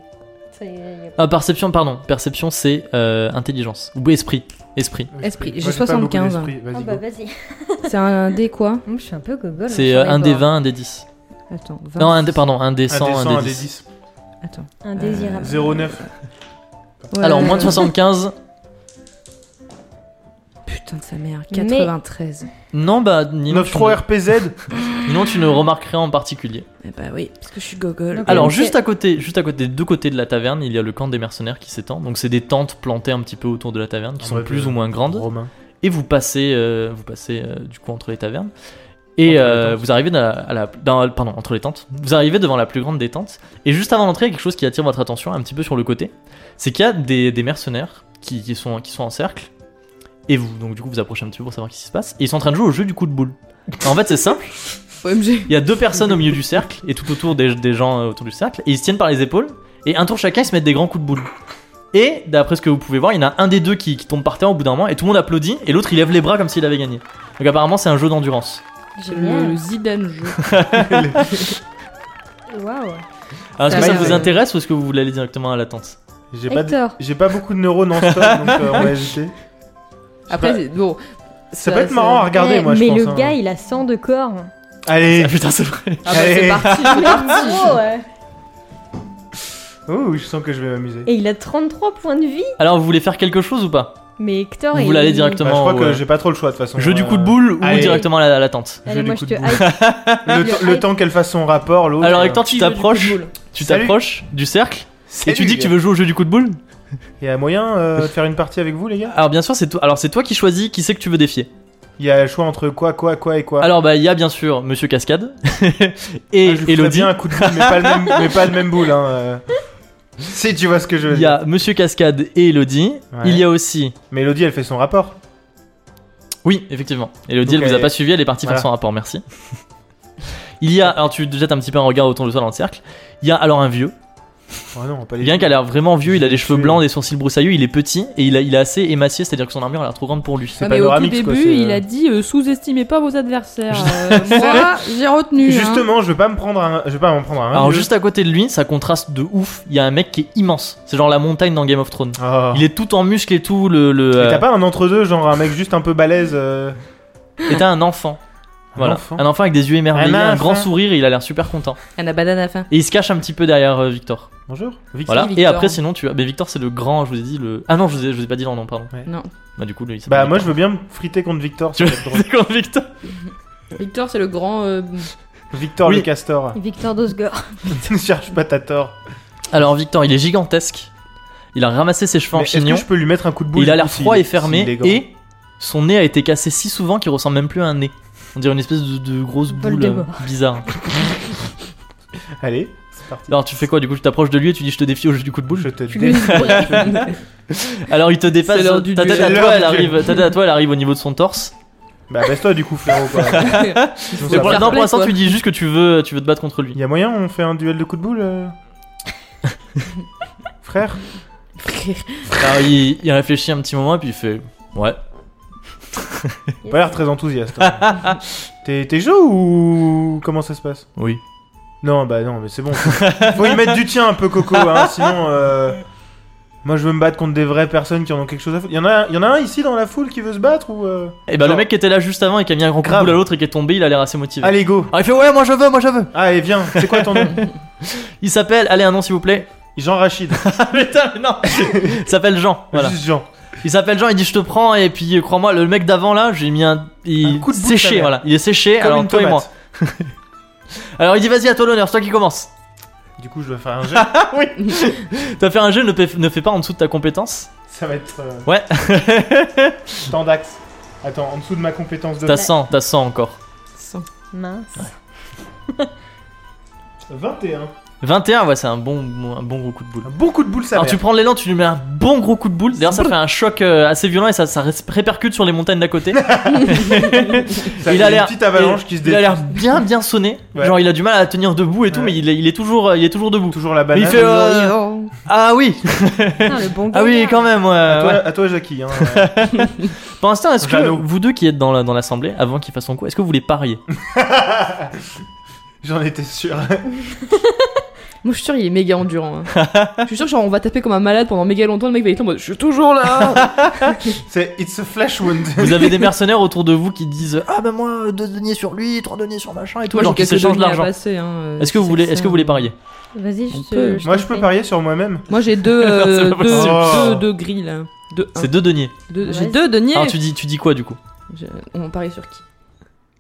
Ça y est, y a- Ah perception, pardon. Perception c'est euh, intelligence. Ou esprit. Esprit. Esprit, j'ai Moi, pas beaucoup 75. d'esprit. Vas-y, Ah go. bah vas-y. C'est un dé quoi Moi, je suis un peu gogol. C'est hein, euh, sur un les des bords. 20, un des 10. Attends, 20. Non, un des, pardon, un des Euh, Un 100, des 100, un des 10. 10. Attends. Indésirable. 09. Ouais. Alors, moins de 75. Putain de sa mère, Mais- 93. Non, bah, Ninon, tu, 9-3 ne... RPZ Ninon, tu ne remarques rien en particulier. Eh bah oui, parce que je suis gogol. Donc, Alors, Ok. juste à côté, juste à côté, deux côtés de la taverne, il y a le camp des mercenaires qui s'étend. Donc, c'est des tentes plantées un petit peu autour de la taverne qui En sont mode, plus euh, ou moins grandes. Romain. Et vous passez, euh, vous passez euh, du coup entre les tavernes. Et Entre les euh, tentes. vous arrivez dans la- à la, dans- pardon, entre les tentes. Vous arrivez devant la plus grande des tentes. Et juste avant d'entrer, il y a quelque chose qui attire votre attention un petit peu sur le côté. C'est qu'il y a des, des mercenaires qui, qui sont, qui sont en cercle. Et vous, donc du coup, vous approchez un petit peu pour savoir ce qui se passe. Et ils sont en train de jouer au jeu du coup de boule. en fait, c'est simple. OMG. Il y a deux personnes au milieu du cercle et tout autour des, des gens euh, autour du cercle. Et ils se tiennent par les épaules. Et un tour chacun, ils se mettent des grands coups de boule. Et d'après ce que vous pouvez voir, il y en a un des deux qui, qui tombe par terre au bout d'un moment et tout le monde applaudit et l'autre il lève les bras comme s'il avait gagné. Donc apparemment c'est un jeu d'endurance. Le, Génial. le Zidane jeu. Waouh. Alors, Est-ce Ça que ça va, vous ouais. intéresse ou est-ce que vous voulez aller directement à l'attente J'ai pas, de- Hector. j'ai pas beaucoup de neurones en stock, donc euh, on va éviter. Après, c'est- bon. Ça peut être marrant à regarder, Eh, moi, mais je pense. le hein. gars, il a 100 de corps. Allez Ah putain c'est vrai. Ah bah, c'est Allez. parti, c'est parti. Bravo, ouais. Ouh, je sens que je vais m'amuser. Bah, Et il a 33 points de vie. Alors vous voulez faire quelque chose ou pas Mais Hector, Vous il... voulez aller Bah, directement je crois au, que euh, j'ai pas trop le choix, de toute façon. jeu du Euh, coup de boule ou allez. directement à la- à l'attente Allez, Jeu moi, du je coup te de boule. hype. Le, temps- le temps qu'elle fasse son rapport, l'autre. Alors euh, Hector tu Qui veut du coup de t'approches boule tu Salut. t'approches du cercle et salut, tu dis que tu les veux jouer au jeu du coup de boule gars. Il y a moyen euh, de faire une partie avec vous, les gars Alors bien sûr c'est toi alors c'est toi qui choisis qui c'est que tu veux défier. Il y a le choix entre quoi, quoi, quoi et quoi. Alors bah il y a bien sûr monsieur Cascade Ah, et je lui ferais Elodie. bien un coup de boule, mais pas le même, mais pas le même boule. Hein. euh. Si tu vois ce que je veux Il y dire. a monsieur Cascade et Elodie. Ouais. Il y a aussi Mais Elodie, elle fait son rapport. Oui, effectivement. Elodie, Donc, elle vous a elle- pas suivi, elle est partie voilà. faire son rapport, merci. Il y a, alors tu jettes un petit peu un regard autour de toi dans le cercle. Il y a alors un vieux, Oh non, pas les bien qu'elle a l'air vraiment vieux, il a des cheveux Tué. blancs, des sourcils broussailleux, il est petit et il, a, il est assez émacié, c'est-à-dire que son armure a l'air trop grande pour lui. C'est Ouais, mais au tout panoramix, début, quoi, c'est, il euh, a dit euh, sous-estimez pas vos adversaires. Euh, moi, j'ai retenu. hein. Justement, je vais pas me prendre un... je vais pas m'en prendre un. Alors vieux. juste à côté de lui, ça contraste de ouf, il y a un mec qui est immense, c'est genre la montagne dans Game of Thrones. Oh. Il est tout en muscles et tout, le... le Mais euh, t'as pas un entre-deux, genre un mec juste un peu balèze euh, et t'as un enfant. Voilà. enfant. un avec des yeux émerveillés, Un un grand enfant. sourire, et il a l'air super content. Elle a banane à faim. Et il se cache un petit peu derrière euh, Victor. Bonjour. Vic- Voilà. Victor. Et après, sinon, tu as. Mais Victor, c'est le grand, je vous ai dit le. Ah non, je vous ai, je vous ai pas dit leur nom, pardon. Ouais. Non. Bah, du coup, lui, il s'appelle Bah, moi je Victor. veux bien me friter contre Victor. Tu ça va être drôle. C'est contre Victor Victor, c'est le grand. euh, Victor Oui. le castor. Victor Dosgor. ne cherche pas ta tort. Alors, Victor, il est gigantesque. Il a ramassé ses cheveux Mais en Est-ce chignon. que je peux lui mettre un coup de boule Il a du l'air coup, froid s'il- et fermé. s'il est grand Et son nez a été cassé si souvent qu'il ressemble même plus à un nez. On dirait une espèce de, de grosse boule euh, Voldemort. bizarre. Allez, c'est parti. Alors, tu fais quoi Du coup, tu t'approches de lui et tu dis Je te défie au jeu du coup de Je boule. te tu lui- dé- Alors, il te dépasse. C'est l'heure du Ta tête duel. à C'est toi, l'heure elle du duel. arrive- ta tête à toi, elle arrive au niveau de son torse. Bah, baisse-toi du coup, frérot. quoi. Sinon, ça Mais pour va. fair non, pour play, l'instant, quoi. tu dis juste que tu veux, tu veux te battre contre lui. Y a moyen, on fait un duel de coups de boule euh Frère Alors, il, il réfléchit un petit moment et puis il fait Ouais. Pas l'air très enthousiaste. hein. T'es t'es chaud ou comment ça se passe Oui. Non, bah non, mais c'est bon. Faut y mettre du tien un peu, Coco, hein, sinon. euh, Moi, je veux me battre contre des vraies personnes qui en ont quelque chose à foutre. Y'en a, y en a un ici dans la foule qui veut se battre ou. euh Et bah, Genre- le mec qui était là juste avant et qui a mis un grand coup de Grave. boule à l'autre et qui est tombé, il a l'air assez motivé. Allez, go Alors, il fait Ouais, moi je veux, moi je veux. Allez, viens, c'est quoi ton nom Il s'appelle, allez, un nom s'il vous plaît. Jean Rachid. Ah, putain, mais non Il s'appelle Jean, voilà. Juste Jean. Il s'appelle Jean, il dit Je te prends et puis euh, crois-moi, le mec d'avant là, j'ai mis un. Il Un coup de bout de ta séché, mère. voilà. Il est séché, Comme alors une toi et moi. tomate. Alors il dit Vas-y, à toi l'honneur, c'est toi qui commence. Du coup, je dois faire un jeu. T'as fait un jeu, ne, fais- ne fais pas en dessous de ta compétence. Ça va être. euh, Ouais. Tant d'axes. Attends, en dessous de ma compétence de T'as 100, t'as 100 encore. Mince. 21. 21, ouais, c'est un bon, un bon gros coup de boule. Un bon coup de boule, ça Alors tu prends l'élan, tu lui mets un bon gros coup de boule. D'ailleurs, ça fait un choc euh, assez violent et ça, ça ré- répercute sur les montagnes d'à côté. Ça il fait a une l'air- petite avalanche qui se Il a détruit. l'air bien bien sonné. Ouais. Genre il a du mal à tenir debout et tout, Ouais. mais il est, il est toujours euh, il est toujours debout. Toujours la Mais banane. il fait euh, ah oui Putain, le bon ah oui gaillard. quand même. ouais, À toi, ouais. à toi, Jackie. hein. Pour l'instant, est-ce que Jeannot. vous deux qui êtes dans la- dans l'assemblée avant qu'il fasse son coup, est-ce que vous voulez parier J'en étais sûr. Moi, je suis sûr, il est méga endurant. hein. je suis sûr, genre, on va taper comme un malade pendant méga longtemps. Le mec va être en mode Je suis toujours là C'est It's a flash wound. Vous avez des mercenaires autour de vous qui disent ah ben moi deux deniers sur lui, trois deniers sur machin et tout, Moi, genre j'ai qui quelques s'échangent deniers à l'argent. passer. hein, euh, Est-ce que vous c'est voulez ça. est-ce que vous voulez parier Vas-y, On je peut. te. Moi, t'en je peux prie. parier sur moi-même. Moi, j'ai deux, euh, C'est pas deux, possible. Oh. deux, deux grilles. là. Deux, un. C'est deux deniers. Deux- J'ai Ouais. deux deniers. Alors tu dis tu dis quoi du coup Je- On parie sur qui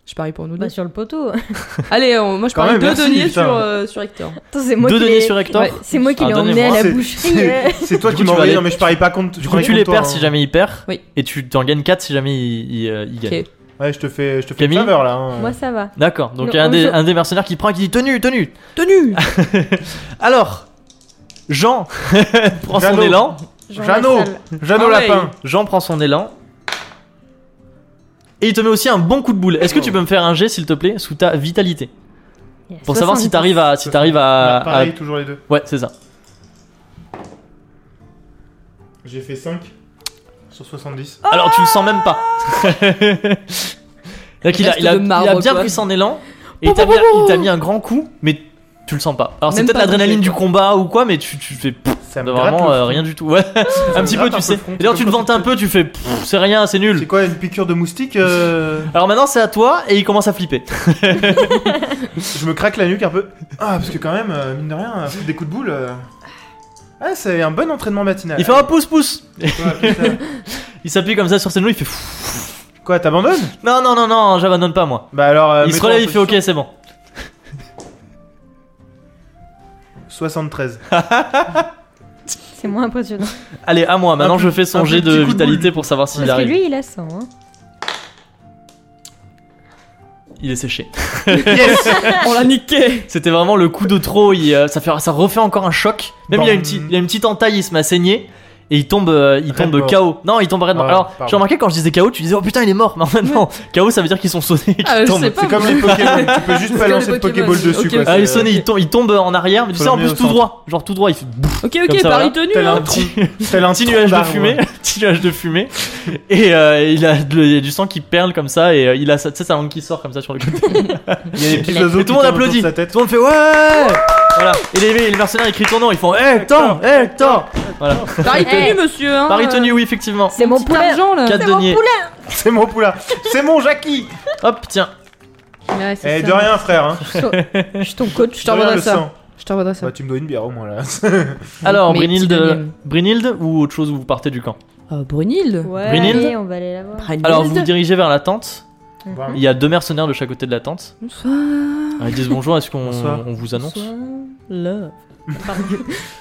Je parie pour nous deux. Bah, sur le poteau. Allez, on- moi, je Quand parie même, deux merci, deniers putain. sur, euh, sur Hector. Attends, c'est moi Deux qui deniers l'ai- sur Hector. Ouais, c'est moi qui Ah, l'ai emmené à donnez-moi. la C'est- boucherie. euh. C'est c'est toi Du qui coup, m'as tu vas envoyé. aller- Non, mais je parie pas contre. Du je coup parie tu contre les toi, perds hein. si jamais il perd Oui. et tu t'en gagnes 4 si jamais il, il, euh, il gagne. Ok. Ouais, je te fais, je te fais une Camille faveur là. hein. Moi, ça va. D'accord, donc Non, il y a un on des, joue- un des mercenaires qui prend et qui dit Tenue, tenue Tenue Alors, Jean prend son Jeannot. élan. Jean Jeannot. Lassalle. Jeannot Ah ouais. Lapin. Jean prend son élan. Et il te met aussi un bon coup de boule. Est-ce que tu peux me faire un jet, s'il te plaît, sous ta vitalité Il y a Pour savoir si 70. t'arrives à. Si t'arrives à, Pareil, toujours les deux. à- Ouais, c'est ça. J'ai fait 5 sur 70. Alors tu le sens même pas. Donc il a, il a- Reste de marbre, il a bien quoi. pris son élan et il t'a mis, il t'a mis un grand coup, mais tu le sens pas. Alors c'est Même peut-être pas l'adrénaline bougé, du quoi. combat ou quoi, mais tu, tu fais pff, Ça me gratte vraiment le euh, front. rien du tout. Ouais, un petit peu, tu gratte peu sais. le front, Et d'ailleurs c'est tu te comme vantes un peu, tu fais pff, c'est rien, c'est C'est nul. quoi une piqûre de moustique euh, Alors maintenant c'est à toi et il commence à flipper. Je me craque la nuque un peu. Ah, parce que quand même, euh, mine de rien, foutre des coups de boule. euh, Ah, c'est un bon entraînement matinal. Il fait un pouce pouce. Quoi, putain. Il s'appuie comme ça sur ses genoux, il fait pff, Quoi, t'abandonnes non non non non, j'abandonne pas moi. Bah alors. euh, il se mets-toi relève, en il fait ok position. c'est bon. 73. C'est moins impressionnant. Allez à moi. Maintenant petit- je fais son un jet petit de coup de vitalité pour savoir s'il Parce que arrive. lui, il a 100. hein. Il est séché. Yes On l'a niqué C'était vraiment le coup de trop. Il, euh, ça, fait, ça refait encore un choc. Même il a, une Bam. petite- il a une petite entaille, il se met à saigner. Et il tombe, euh, il Raide tombe mort. KO. Non, il tombe réellement. Ah, Alors, pardon. j'ai remarqué quand je disais KO, tu disais oh putain, il est mort. Mais en fait, non. KO, ça veut dire qu'ils sont sonnés. qu'ils Ah, je tombent. sais pas. C'est comme moi. les Pokémon, tu peux juste C'est pas comme lancer les de Pokémon, Pokéball c'est- dessus ok, quoi. ok. Ah, il est c'est- sonné, il tombe, il tombe en arrière. Mais tu Faut sais, le en mettre plus au tout centre. droit. Genre tout droit, il fait bouf. Ok, Comme ok, ça, voilà. Paris tenu. Tel un Hein. tronc- tel un Petit tronc nuage de d'arbre. fumée. Petit nuage de fumée. Et euh, il, a de- il y a du sang qui perle comme ça. Et euh, il a sa- tu sais, sa langue qui sort comme ça sur le côté. Il y a des petits Et tout oiseaux le qui monde tournent applaudit. autour de sa tête. Oh, Tout le monde fait ouais Voilà. Et les, les mercenaires ils crient ton nom, ils font Hector Hector, Voilà. Paris Hey. tenu, monsieur. hein. Paris tenu, oui, effectivement. C'est mon Petit poulet. argent là. 4 deniers. C'est mon poulain, c'est mon Jackie. Hop, tiens. Ouais, c'est Eh ça. de rien frère. hein. Je suis ton coach. Je De rien, t'envoie le ça. sang. Je t'envoie ça. Bah tu me dois une bière au moins là. Alors, Mais Brunhilde, petit denier. Brunhilde ou autre chose où vous partez du camp Euh, Brunhilde. Ouais, Brynhilde allez, on va aller la voir. Mhm. Brunhilde. Alors, vous vous dirigez vers la tente. Bonsoir. Il y a deux mercenaires de chaque côté de la tente. Bonsoir. Alors, Ils disent bonjour, est-ce qu'on Bonsoir. on vous annonce Bonsoir. Love.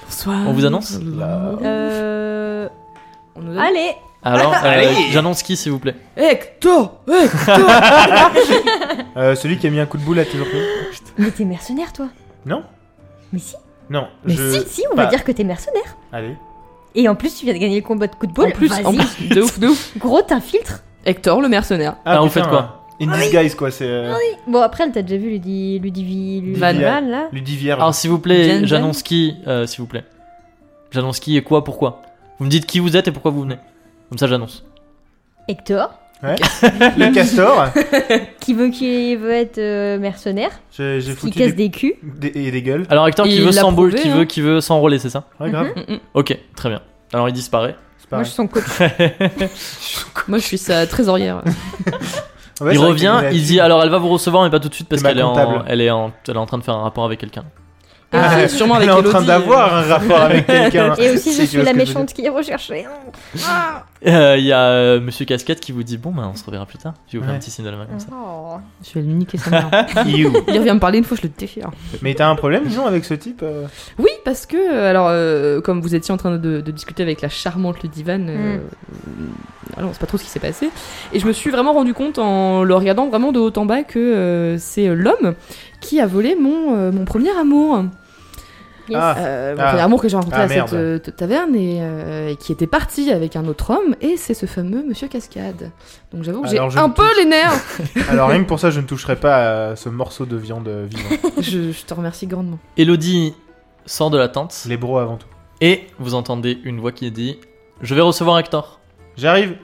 Bonsoir. On vous annonce Love. Euh, On nous donne- Allez, Alors, euh, Allez. j'annonce qui s'il vous plaît Hector Hector Euh, celui qui a mis un coup de boule à tes oreilles. mais t'es mercenaire toi. Non Mais si. Non, Mais je. si, si, on pas- va dire que t'es mercenaire. Allez. Et en plus, tu viens de gagner le combat de coup de boule. En plus, Vas-y, en plus, de ouf, de ouf. gros, t'infiltres. Hector, le mercenaire. Alors, Ah, vous faites quoi Ah, In disguise quoi, c'est. euh, Bon, après, elle t'a déjà vu Ludi... Ludivi... Van. Ludival, là Ludivière. Alors, s'il vous plaît, Jen, j'annonce qui euh, s'il vous plaît J'annonce qui et quoi, pourquoi Vous me dites qui vous êtes et pourquoi vous venez. Comme ça, j'annonce. Hector, Ah. Le castor. qui veut, qui veut être euh, mercenaire, J'ai j'ai qui foutu casse des... des culs. des- et des gueules. Alors, Hector qui Il veut l'a s'emballer, prouvé, qui hein. veut, qui veut s'enrôler, c'est ça Ouais, Ah, grave. Mm, mm. Ok, très bien. Alors, il disparaît. C'est Moi, pareil. je suis son coach. Moi, je suis sa trésorière. Ouais, c'est il vrai revient, qu'il y a- il dit alors elle va vous recevoir mais pas tout de suite parce C'est ma qu'elle est, en, comptable. elle est, en, elle est en train de faire un rapport avec quelqu'un. Ah, Et ouais, aussi- sûrement avec Elle est en Elodie. train d'avoir un rapport avec quelqu'un. Et aussi, je Si tu suis vois ce que je la veux méchante qui est recherchée. hein. Euh, Il y a euh, Monsieur Casquette qui vous dit bon bah on se reverra plus tard. Je vais vous faire Ouais. un petit signe de la main comme ça. Oh. Je vais le niquer sa mère. dire. You. Il revient me parler une fois, je le déchire. Mais t'as un problème, disons, avec ce type euh, Oui, parce que, euh, alors, euh, comme vous étiez en train de, de discuter avec la charmante Ludivane, euh, Mm. alors on sait pas trop ce qui s'est passé. Et je me suis vraiment rendu compte en le regardant vraiment de haut en bas que euh, c'est euh, l'homme qui a volé mon, euh, mon premier amour. Yes. Ah, Euh, mon Ah. premier amour que j'ai rencontré Ah, à cette merde. euh, t- taverne et, euh, et qui était parti avec un autre homme, et c'est ce fameux monsieur Cascade. Donc j'avoue que j'ai Alors, je un me peu les nerfs. alors rien que pour ça, je ne toucherai pas à ce morceau de viande euh, vivante. je, je te remercie grandement. Elodie sort de la tente Les bros avant tout. et vous entendez une voix qui dit je vais recevoir Hector. J'arrive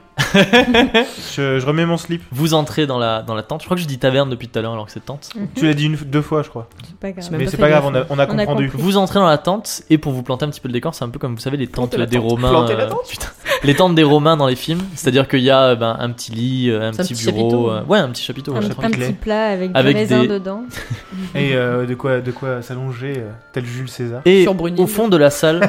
je, je remets mon slip. Vous entrez dans la dans la tente. Je crois que je dis taverne depuis tout à l'heure alors que c'est tente. Tu l'as dit une, deux fois, je crois. C'est pas grave. Même Mais pas c'est fait pas grave, on a, gaffe. on a On a comprendu. compris. Vous entrez dans la tente et pour vous planter un petit peu le décor, c'est un peu comme vous savez les tentes Planter la des tente. Romains. euh, Planter la tente. putain, les tentes des Romains dans les films. C'est-à-dire qu'il y a euh, ben, un petit lit, euh, un C'est un petit, petit bureau, chapiteau. euh, ouais un petit chapiteau. Un, ouais, je un crois qu'il est. petit plat avec, Avec du raisin des- dedans. Et euh, de quoi, de quoi s'allonger, euh, tel Jules César. Et Sur Brunil. au fond de la salle,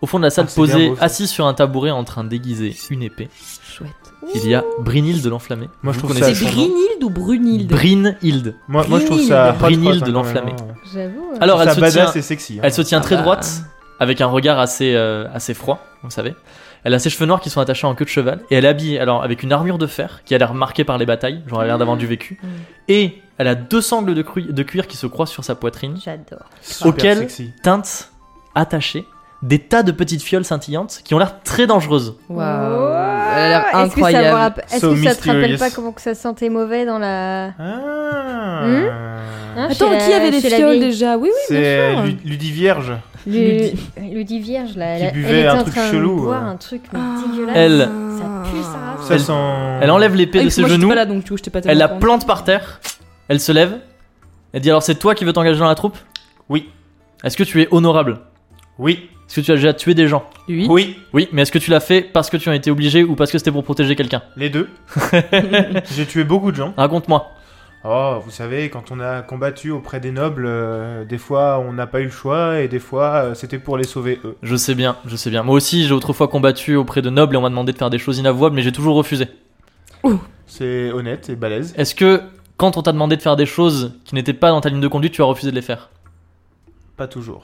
au fond de la salle Ah, c'est bien posée, beau, ça. assise sur un tabouret en train d'aiguiser une épée, Chouette. il y a Brynhilde l'enflammée. Moi, je Vous trouve ça- connaissez C'est son nom Brunhilde ou Brunhilde Brynhilde. Moi, moi je trouve ça. hot, Brynhilde hot, hein, de quand l'enflammé. même, hein. J'avoue. euh, Alors Je elle trouve se, ça tient, badass et sexy. hein. elle se tient Ah très bah. droite, avec un regard assez euh, assez froid, vous savez. Elle a ses cheveux noirs qui sont attachés en queue de cheval et elle est habillée alors avec une armure de fer qui a l'air marquée par les batailles, genre elle a l'air d'avoir du vécu. Mm. Et elle a deux sangles de, cru- de cuir qui se croisent sur sa poitrine. J'adore. Super auquel- sexy. teintes attachées, des tas de petites fioles scintillantes qui ont l'air très dangereuses. Waouh. Wow. Elle a l'air Est-ce que ça vous incroyable. rappe- Est-ce So que ça te rappelle mysterious. pas comment que ça sentait mauvais dans la. Ah. Hmm Hein, Attends, chez qui la- avait des chez la fioles vieille- déjà Oui, oui, C'est bien sûr. Ah, Lu- Ludivierge. Lu- Ludie Vierge, là, Qui elle, buvait elle était un en truc train chelou, de boire ouais. un truc mais Ah. dégueulasse. Elle- Ça pue, ça Ça Elle- sent. Elle enlève l'épée Ah oui, de parce que ses moi, j'étais genoux, pas là, donc, du coup, j'étais pas elle la tellement au courant. plante par terre, elle se lève, elle dit alors c'est toi qui veux t'engager dans la troupe Oui. Est-ce que tu es honorable Oui. Est-ce que tu as déjà tué des gens Oui. Oui. Oui, mais est-ce que tu l'as fait parce que tu en étais obligé ou parce que c'était pour protéger quelqu'un Les deux. J'ai tué beaucoup de gens. Raconte-moi. Oh, vous savez, quand on a combattu auprès des nobles, euh, des fois on n'a pas eu le choix et des fois euh, c'était pour les sauver eux. Je sais bien, je sais bien. Moi aussi, j'ai autrefois combattu auprès de nobles et on m'a demandé de faire des choses inavouables, mais j'ai toujours refusé. C'est honnête et balèze. Est-ce que quand on t'a demandé de faire des choses qui n'étaient pas dans ta ligne de conduite, tu as refusé de les faire Pas toujours.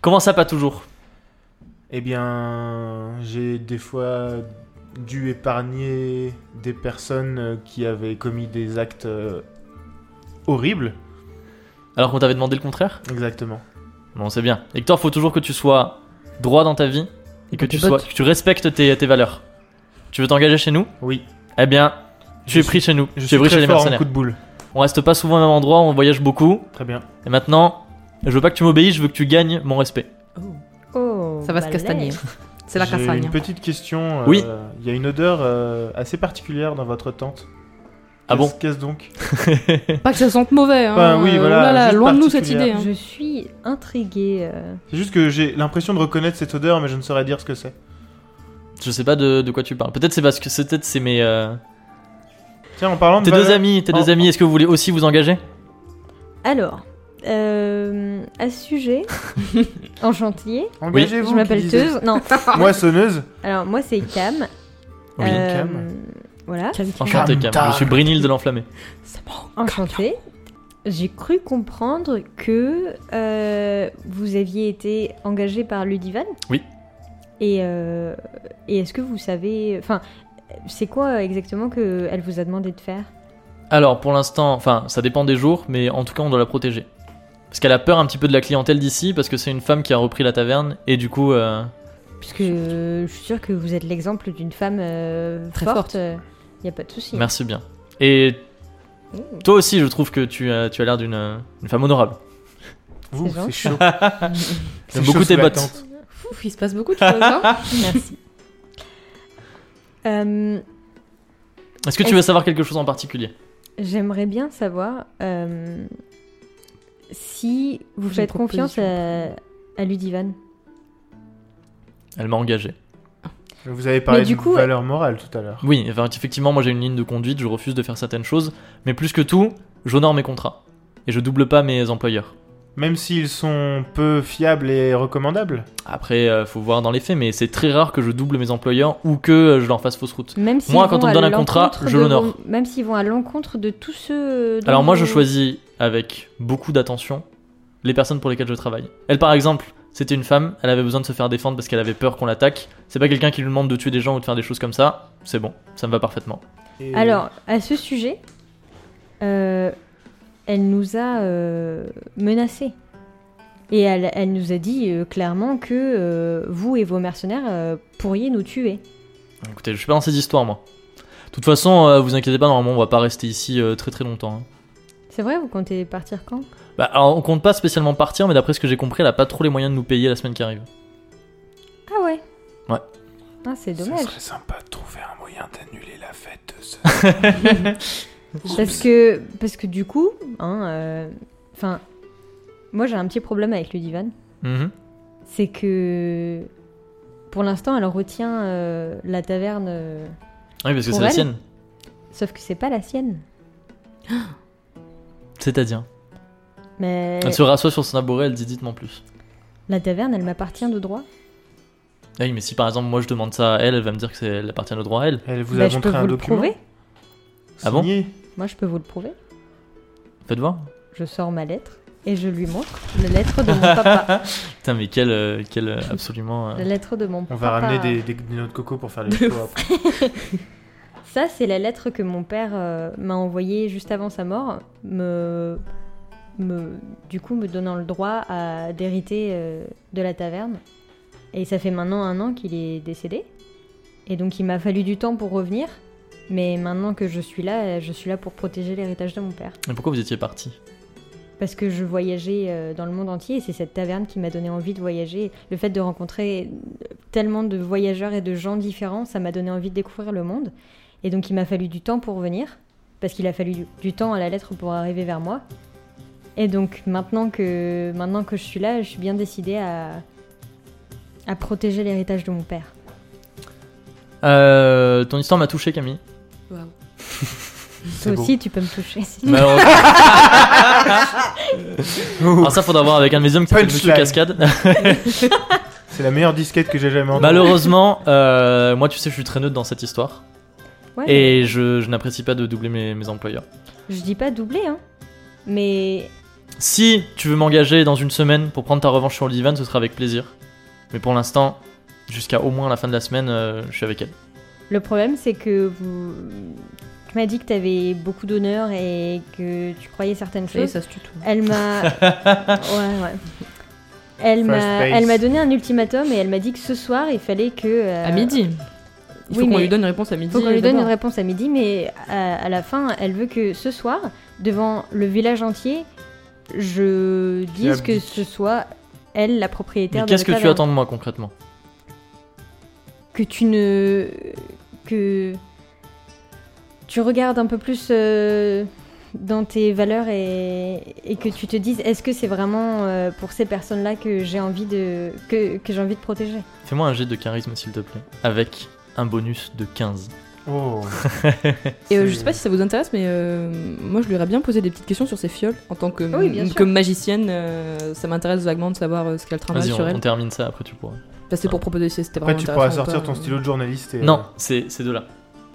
Comment ça, pas toujours eh bien, j'ai des fois dû épargner des personnes euh, qui avaient commis des actes euh, horribles. Alors qu'on t'avait demandé le contraire Exactement. Bon, c'est bien. Hector, faut toujours que tu sois droit dans ta vie et que Dans tes tu, sois, bottes. que tu respectes tes, tes valeurs. Tu veux t'engager chez nous Oui. Eh bien, tu Je es pris chez nous. Je tu suis es pris très chez les fort en mercenaires. coup de boule. On reste pas souvent au même endroit, on voyage beaucoup. Très bien. Et maintenant, je veux pas que tu m'obéisses, je veux que tu gagnes mon respect. Oh, Ça va se balèze. castagner. C'est la J'ai castagne. Une petite question. euh, Oui. Il y a une odeur euh, assez particulière dans votre tente. Ah bon Qu'est-ce- Qu'est-ce donc Pas que ça sente mauvais. Hein. Bah oui, Euh, voilà, oh là là, juste loin de nous cette idée. particulière. hein. Je suis intriguée. euh. C'est juste que j'ai l'impression de reconnaître cette odeur, mais je ne saurais dire ce que c'est. Je sais pas de, de quoi tu parles. Peut-être c'est parce que c'est- peut-être c'est mes. euh, Tiens, en parlant de. Tes deux valeur- amis, tes deux Oh. amis, est-ce que vous voulez aussi vous engager Alors, euh, à ce sujet, en chantier, engagez-vous, je m'appelle qui disait- Teuse. Non, Moi, sonneuse. alors moi c'est Cam. Oui. Euh, Cam. Voilà, Enchanté, Cam. Je suis Brinil de l'Enflammé. enchantée. J'ai cru comprendre que euh, vous aviez été engagé par Ludivan. Oui. Et, euh, et est-ce que vous savez. Enfin, c'est quoi exactement qu'elle vous a demandé de faire Alors, pour l'instant, enfin, ça dépend des jours, mais en tout cas, on doit la protéger. Parce qu'elle a peur un petit peu de la clientèle d'ici, parce que c'est une femme qui a repris la taverne, et du coup, euh, Puisque euh, je suis sûre que vous êtes l'exemple d'une femme euh, Très forte. forte. Il n'y a pas de souci. merci bien. Et toi aussi, je trouve que tu, as- tu as l'air d'une euh, une femme honorable. Ouh, gentil. c'est chaud. C'est J'aime chaud beaucoup sous tes la bottes. tente. Ouf, il se passe beaucoup de choses. hein. Merci. Euh, Est-ce que tu Est-ce- veux savoir quelque chose en particulier J'aimerais bien savoir euh, si vous J'ai faites une confiance à, proposition. à Ludivan. Elle m'a engagé. Vous avez parlé Mais du de coup- valeur morale tout à l'heure. Oui, enfin, effectivement, moi j'ai une ligne de conduite, je refuse de faire certaines choses, mais plus que tout, j'honore mes contrats. Et je double pas mes employeurs. Même s'ils sont peu fiables et recommandables. Après, euh, faut voir dans les faits, mais c'est très rare que je double mes employeurs ou que euh, je leur fasse fausse route. Même s'ils Moi, quand vont on me à donne un contrat, l'encontre je de l'honore. vos- Même s'ils vont à l'encontre de tous ceux. dont Alors moi, je vous- choisis avec beaucoup d'attention les personnes pour lesquelles je travaille. Elle, par exemple, c'était une femme, elle avait besoin de se faire défendre parce qu'elle avait peur qu'on l'attaque. C'est pas quelqu'un qui lui demande de tuer des gens ou de faire des choses comme ça. C'est bon, ça me va parfaitement. Et- Alors, à ce sujet, euh, elle nous a euh, menacés. Et elle, elle nous a dit euh, clairement que euh, vous et vos mercenaires euh, pourriez nous tuer. Écoutez, je suis pas dans ces histoires, moi. De toute façon, euh, vous inquiétez pas, normalement, on va pas rester ici euh, très très longtemps. hein. C'est vrai, vous comptez partir quand Bah, alors, on compte pas spécialement partir, mais d'après ce que j'ai compris, elle a pas trop les moyens de nous payer la semaine qui arrive. Ah ouais Ouais. Ah, c'est Ça dommage. serait sympa de trouver un moyen d'annuler la fête de ce. Parce que, parce que du coup, hein, euh, enfin, moi j'ai un petit problème avec Ludivan, Mhm. c'est que pour l'instant elle retient euh, la taverne, euh, Oui, parce que Pour c'est la elle sienne. sauf que c'est pas la sienne. C'est-à-dire. Mais Ah, Elle se rassoit sur son tabouret, elle dit dites-moi en plus. la taverne, elle m'appartient de droit. Ah oui, mais si par exemple, moi je demande ça à elle, elle va me dire que c'est elle appartient au droit à elle. Elle vous Bah, a je peux montré vous un le document. prouver. Ah bon signé. Moi, je peux vous le prouver. Faites voir. Je sors ma lettre et je lui montre la lettre de mon papa. Putain, mais quel, euh, quel euh, absolument. euh, La lettre de mon On papa. va ramener des, des, des noix de coco pour faire les choux après. Ça, c'est la lettre que mon père euh, m'a envoyée juste avant sa mort, me, me, du coup me donnant le droit à d'hériter euh, de la taverne. Et ça fait maintenant un an qu'il est décédé. Et donc il m'a fallu du temps pour revenir. Mais maintenant que je suis là, euh, je suis là pour protéger l'héritage de mon père. Mais pourquoi vous étiez parti Parce que je voyageais euh, dans le monde entier et c'est cette taverne qui m'a donné envie de voyager. Le fait de rencontrer euh, tellement de voyageurs et de gens différents, ça m'a donné envie de découvrir le monde. Et donc il m'a fallu du temps pour venir, parce qu'il a fallu du- du temps à la lettre pour arriver vers moi. Et donc maintenant que, maintenant que je suis là, je suis bien décidée à, à protéger l'héritage de mon père. Euh, Ton histoire m'a touché, Camille. Waouh. Toi beau. aussi, tu peux me toucher. si tu veux. Malheureusement. Ouh, Alors Ah, Ah, ça, faudra voir avec un de mes hommes qui s'appelle Monsieur Punchline. Cascade. C'est la meilleure disquette que j'ai jamais entendue. Malheureusement, euh, moi, tu sais, je suis très neutre dans cette histoire. Ouais. Et je, je n'apprécie pas de doubler mes, mes employeurs. Je dis pas doubler, hein. Mais Si tu veux m'engager dans une semaine pour prendre ta revanche sur Olivan, ce sera avec plaisir. Mais pour l'instant, jusqu'à au moins la fin de la semaine, euh, je suis avec elle. Le problème, c'est que vous... tu m'as dit que tu avais beaucoup d'honneur et que tu croyais certaines Ça y est, choses. ça se tue tout. Elle m'a. ouais, ouais. Elle First m'a, base. elle m'a donné un ultimatum et elle m'a dit que ce soir il fallait que. euh, À midi. Il faut oui, qu'on mais- lui donne une réponse à midi. Il faut qu'on lui donne d'abord. une réponse à midi, mais à, à la fin, elle veut que ce soir, devant le village entier, je dise que abdique. ce soit elle hein. la propriétaire Mais de qu'est-ce la que tu taverne. attends de moi concrètement que tu ne que tu regardes un peu plus euh, dans tes valeurs et, et que tu te dises est-ce que c'est vraiment euh, pour ces personnes-là que j'ai envie de que, que j'ai envie de protéger Fais-moi un jet de charisme, s'il te plaît. Avec un bonus de 15. Oh. Et euh, C'est- je sais pas si ça vous intéresse, mais euh, moi je lui aurais bien posé des petites questions sur ses fioles. En tant que, Ah Oui, bien sûr. que magicienne, euh, ça m'intéresse vaguement de savoir euh, ce qu'elle travaille Vas-y, on, sur elle. on termine ça, après tu pourras. Parce que pour proposer si c'était Après, vraiment tu pourras intéressant ou sortir pas. euh. ton stylo de journaliste et. Non, c'est c'est de là.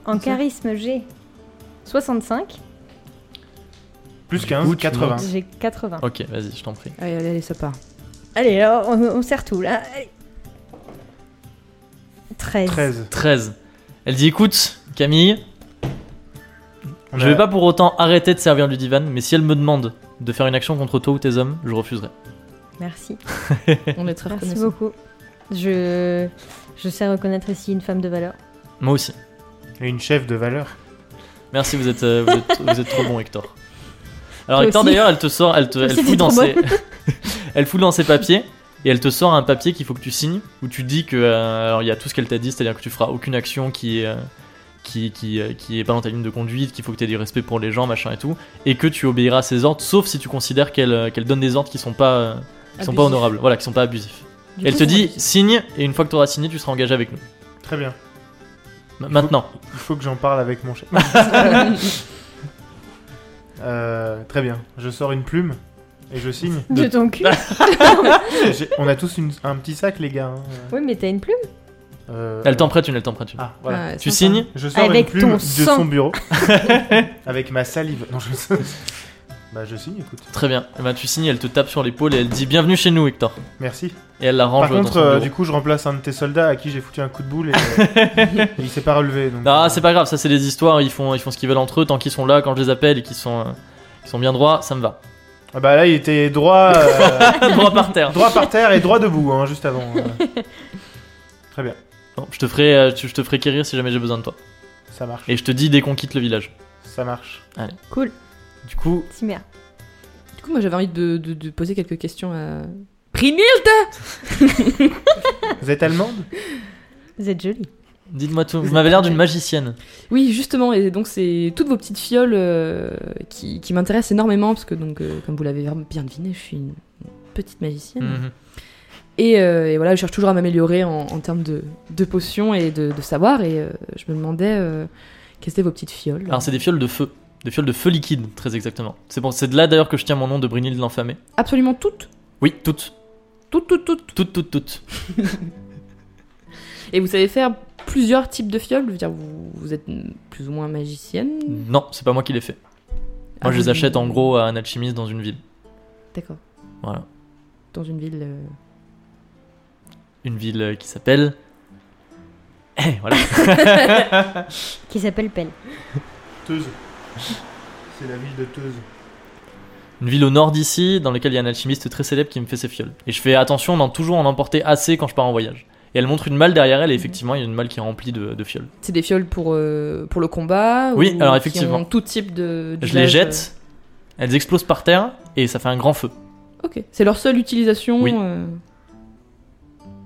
En Ça. charisme j'ai 65, euh, plus Du 15, coup, tu 80. j'ai 80. Ah. Ok, vas-y, je t'en prie. Allez, allez, allez, ça part. Allez, alors, on, on sert tout là. Allez. 13. 13. 13. Elle dit écoute, Camille, On je a- vais pas pour autant arrêter de servir du divan, mais si elle me demande de faire une action contre toi ou tes hommes, je refuserai. Merci. On est très Merci reconnaissants. beaucoup. Je je sais reconnaître ici une femme de valeur. Moi aussi. Et une chef de valeur. Merci, vous êtes, euh, vous êtes, vous êtes trop bon, Hector. Alors, Toi Hector, aussi. d'ailleurs, elle te sort, elle, te, Toi elle, aussi, fouille t'es dans trop ses, elle fouille dans ses papiers et elle te sort un papier qu'il faut que tu signes où tu dis que. euh, alors, il y a tout ce qu'elle t'a dit, c'est-à-dire que tu feras aucune action qui est. euh, qui, qui, euh, qui est pas dans ta ligne de conduite, qu'il faut que tu aies du respect pour les gens, machin et tout, et que tu obéiras à ses ordres, sauf si tu considères qu'elle euh, qu'elle donne des ordres qui sont pas, euh, qui sont pas Abusif. honorables, voilà, qui sont pas abusifs. Du elle coup, te c'est dit, abusif. signe, et une fois que tu auras signé, tu seras engagé avec nous. Très bien. Ma- Maintenant. Il faut que j'en parle avec mon chef. Euh, très bien. Je sors une plume et je signe. De- De ton cul. J'ai- On a tous une- un petit sac, les gars. hein. oui, mais t'as une plume Euh, Elle t'en prête une, elle t'en prête une. Ah, voilà. Ouais, tu sympa. signes, Je sors Avec une plume ton de sang. son bureau. avec ma salive. Non, je... bah, je signe, écoute. Très bien. Eh ben, tu signes, elle te tape sur l'épaule et elle dit Bienvenue chez nous, Hector. Merci. Et elle la range Par dans contre, son euh, bureau. du coup, je remplace un de tes soldats à qui j'ai foutu un coup de boule et, euh, et il s'est pas relevé. Donc, euh, Ah, c'est pas grave, ça c'est des histoires, ils font, ils font ce qu'ils veulent entre eux, tant qu'ils sont là, quand je les appelle et qu'ils sont, euh, qu'ils sont bien droits, ça me va. Ah bah là, il était droit, euh, Droit par terre. droit par terre et droit debout, hein, juste avant. euh. Très bien, Bon, je te ferai, euh, je te ferai quérir si jamais j'ai besoin de toi. ça marche. Et je te dis dès qu'on quitte le village. Ça marche. Cool, Du coup, Timère. Du coup, moi j'avais envie de, de- de poser quelques questions à. Prinil Vous êtes allemande Vous êtes jolie. dites-moi tout. Vous m'avez l'air d'une magicienne. Oui, justement, et donc c'est toutes vos petites fioles euh, qui, qui m'intéressent énormément, parce que, donc, euh, comme vous l'avez bien deviné, je suis une petite magicienne. Mhm. Et, euh, et voilà, je cherche toujours à m'améliorer en, en termes de, de potions et de, de savoir. Et euh, je me demandais, euh, quelles étaient vos petites fioles Alors, c'est des fioles de feu. Des fioles de feu liquide, très exactement. C'est bon, c'est de là d'ailleurs que je tiens mon nom de Brunil de l'Enfamé. Absolument toutes Oui, toutes. Toutes, toutes, toutes Toutes, toutes, toutes. Et vous savez faire plusieurs types de fioles Je veux dire, vous, vous êtes plus ou moins magicienne Non, c'est pas moi qui les fais. Ah, Moi, je les vous- achète en gros à un alchimiste dans une ville. D'accord. Voilà. Dans une ville... euh, une ville euh, qui s'appelle. Eh, voilà. Qui s'appelle Pelle. Teuse. C'est la ville de Teuse. Une ville au nord d'ici, dans laquelle il y a un alchimiste très célèbre qui me fait ses fioles. Et je fais attention d'en toujours en emporter assez quand je pars en voyage. Et elle montre une malle derrière Mhm. elle, et effectivement, il y a une malle qui est remplie de, de fioles. C'est des fioles pour, euh, pour le combat Oui, ou alors qui effectivement. ont tout type de. euh, Je les d'usage, jette, elles explosent par terre, et ça fait un grand feu. euh. Ok, c'est leur seule utilisation. Oui. euh,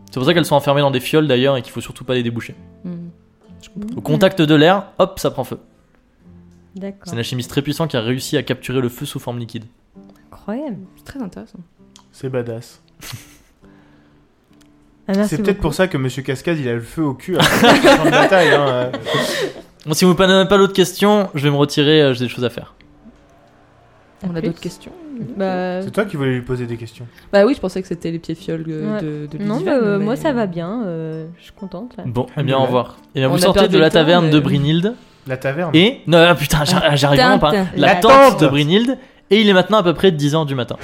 C'est pour ça qu'elles sont enfermées dans des fioles d'ailleurs, et qu'il faut surtout pas les déboucher. hmm. Au contact de l'air, hop, ça prend feu. C'est D'accord. un alchimiste très puissant qui a réussi à capturer le feu sous forme liquide. Incroyable. C'est très intéressant. C'est badass. Ah, merci C'est peut-être beaucoup. pour ça que Monsieur Cascade, il a le feu au cul après le champ de bataille. hein. Bon, si vous n'avez pas d'autres questions, je vais me retirer, euh, j'ai des choses à faire. À On a plus. d'autres questions Bah, C'est toi qui voulais lui poser des questions. Bah oui, je pensais que c'était les petites fioles euh, Ouais. de, de non, Ludivan, bah, euh, mais- moi ça va bien. euh, je suis contente. Là. Bon, eh bien, au Ouais. revoir. Et bien, On vous a sortez perdu de le la temps, taverne mais- de Brynhilde La taverne. et. Non, ah, putain, j'arrive j'arrive vraiment pas. Tinte. La La tente tente. de Brynhilde, et il est maintenant à peu près 10h du matin.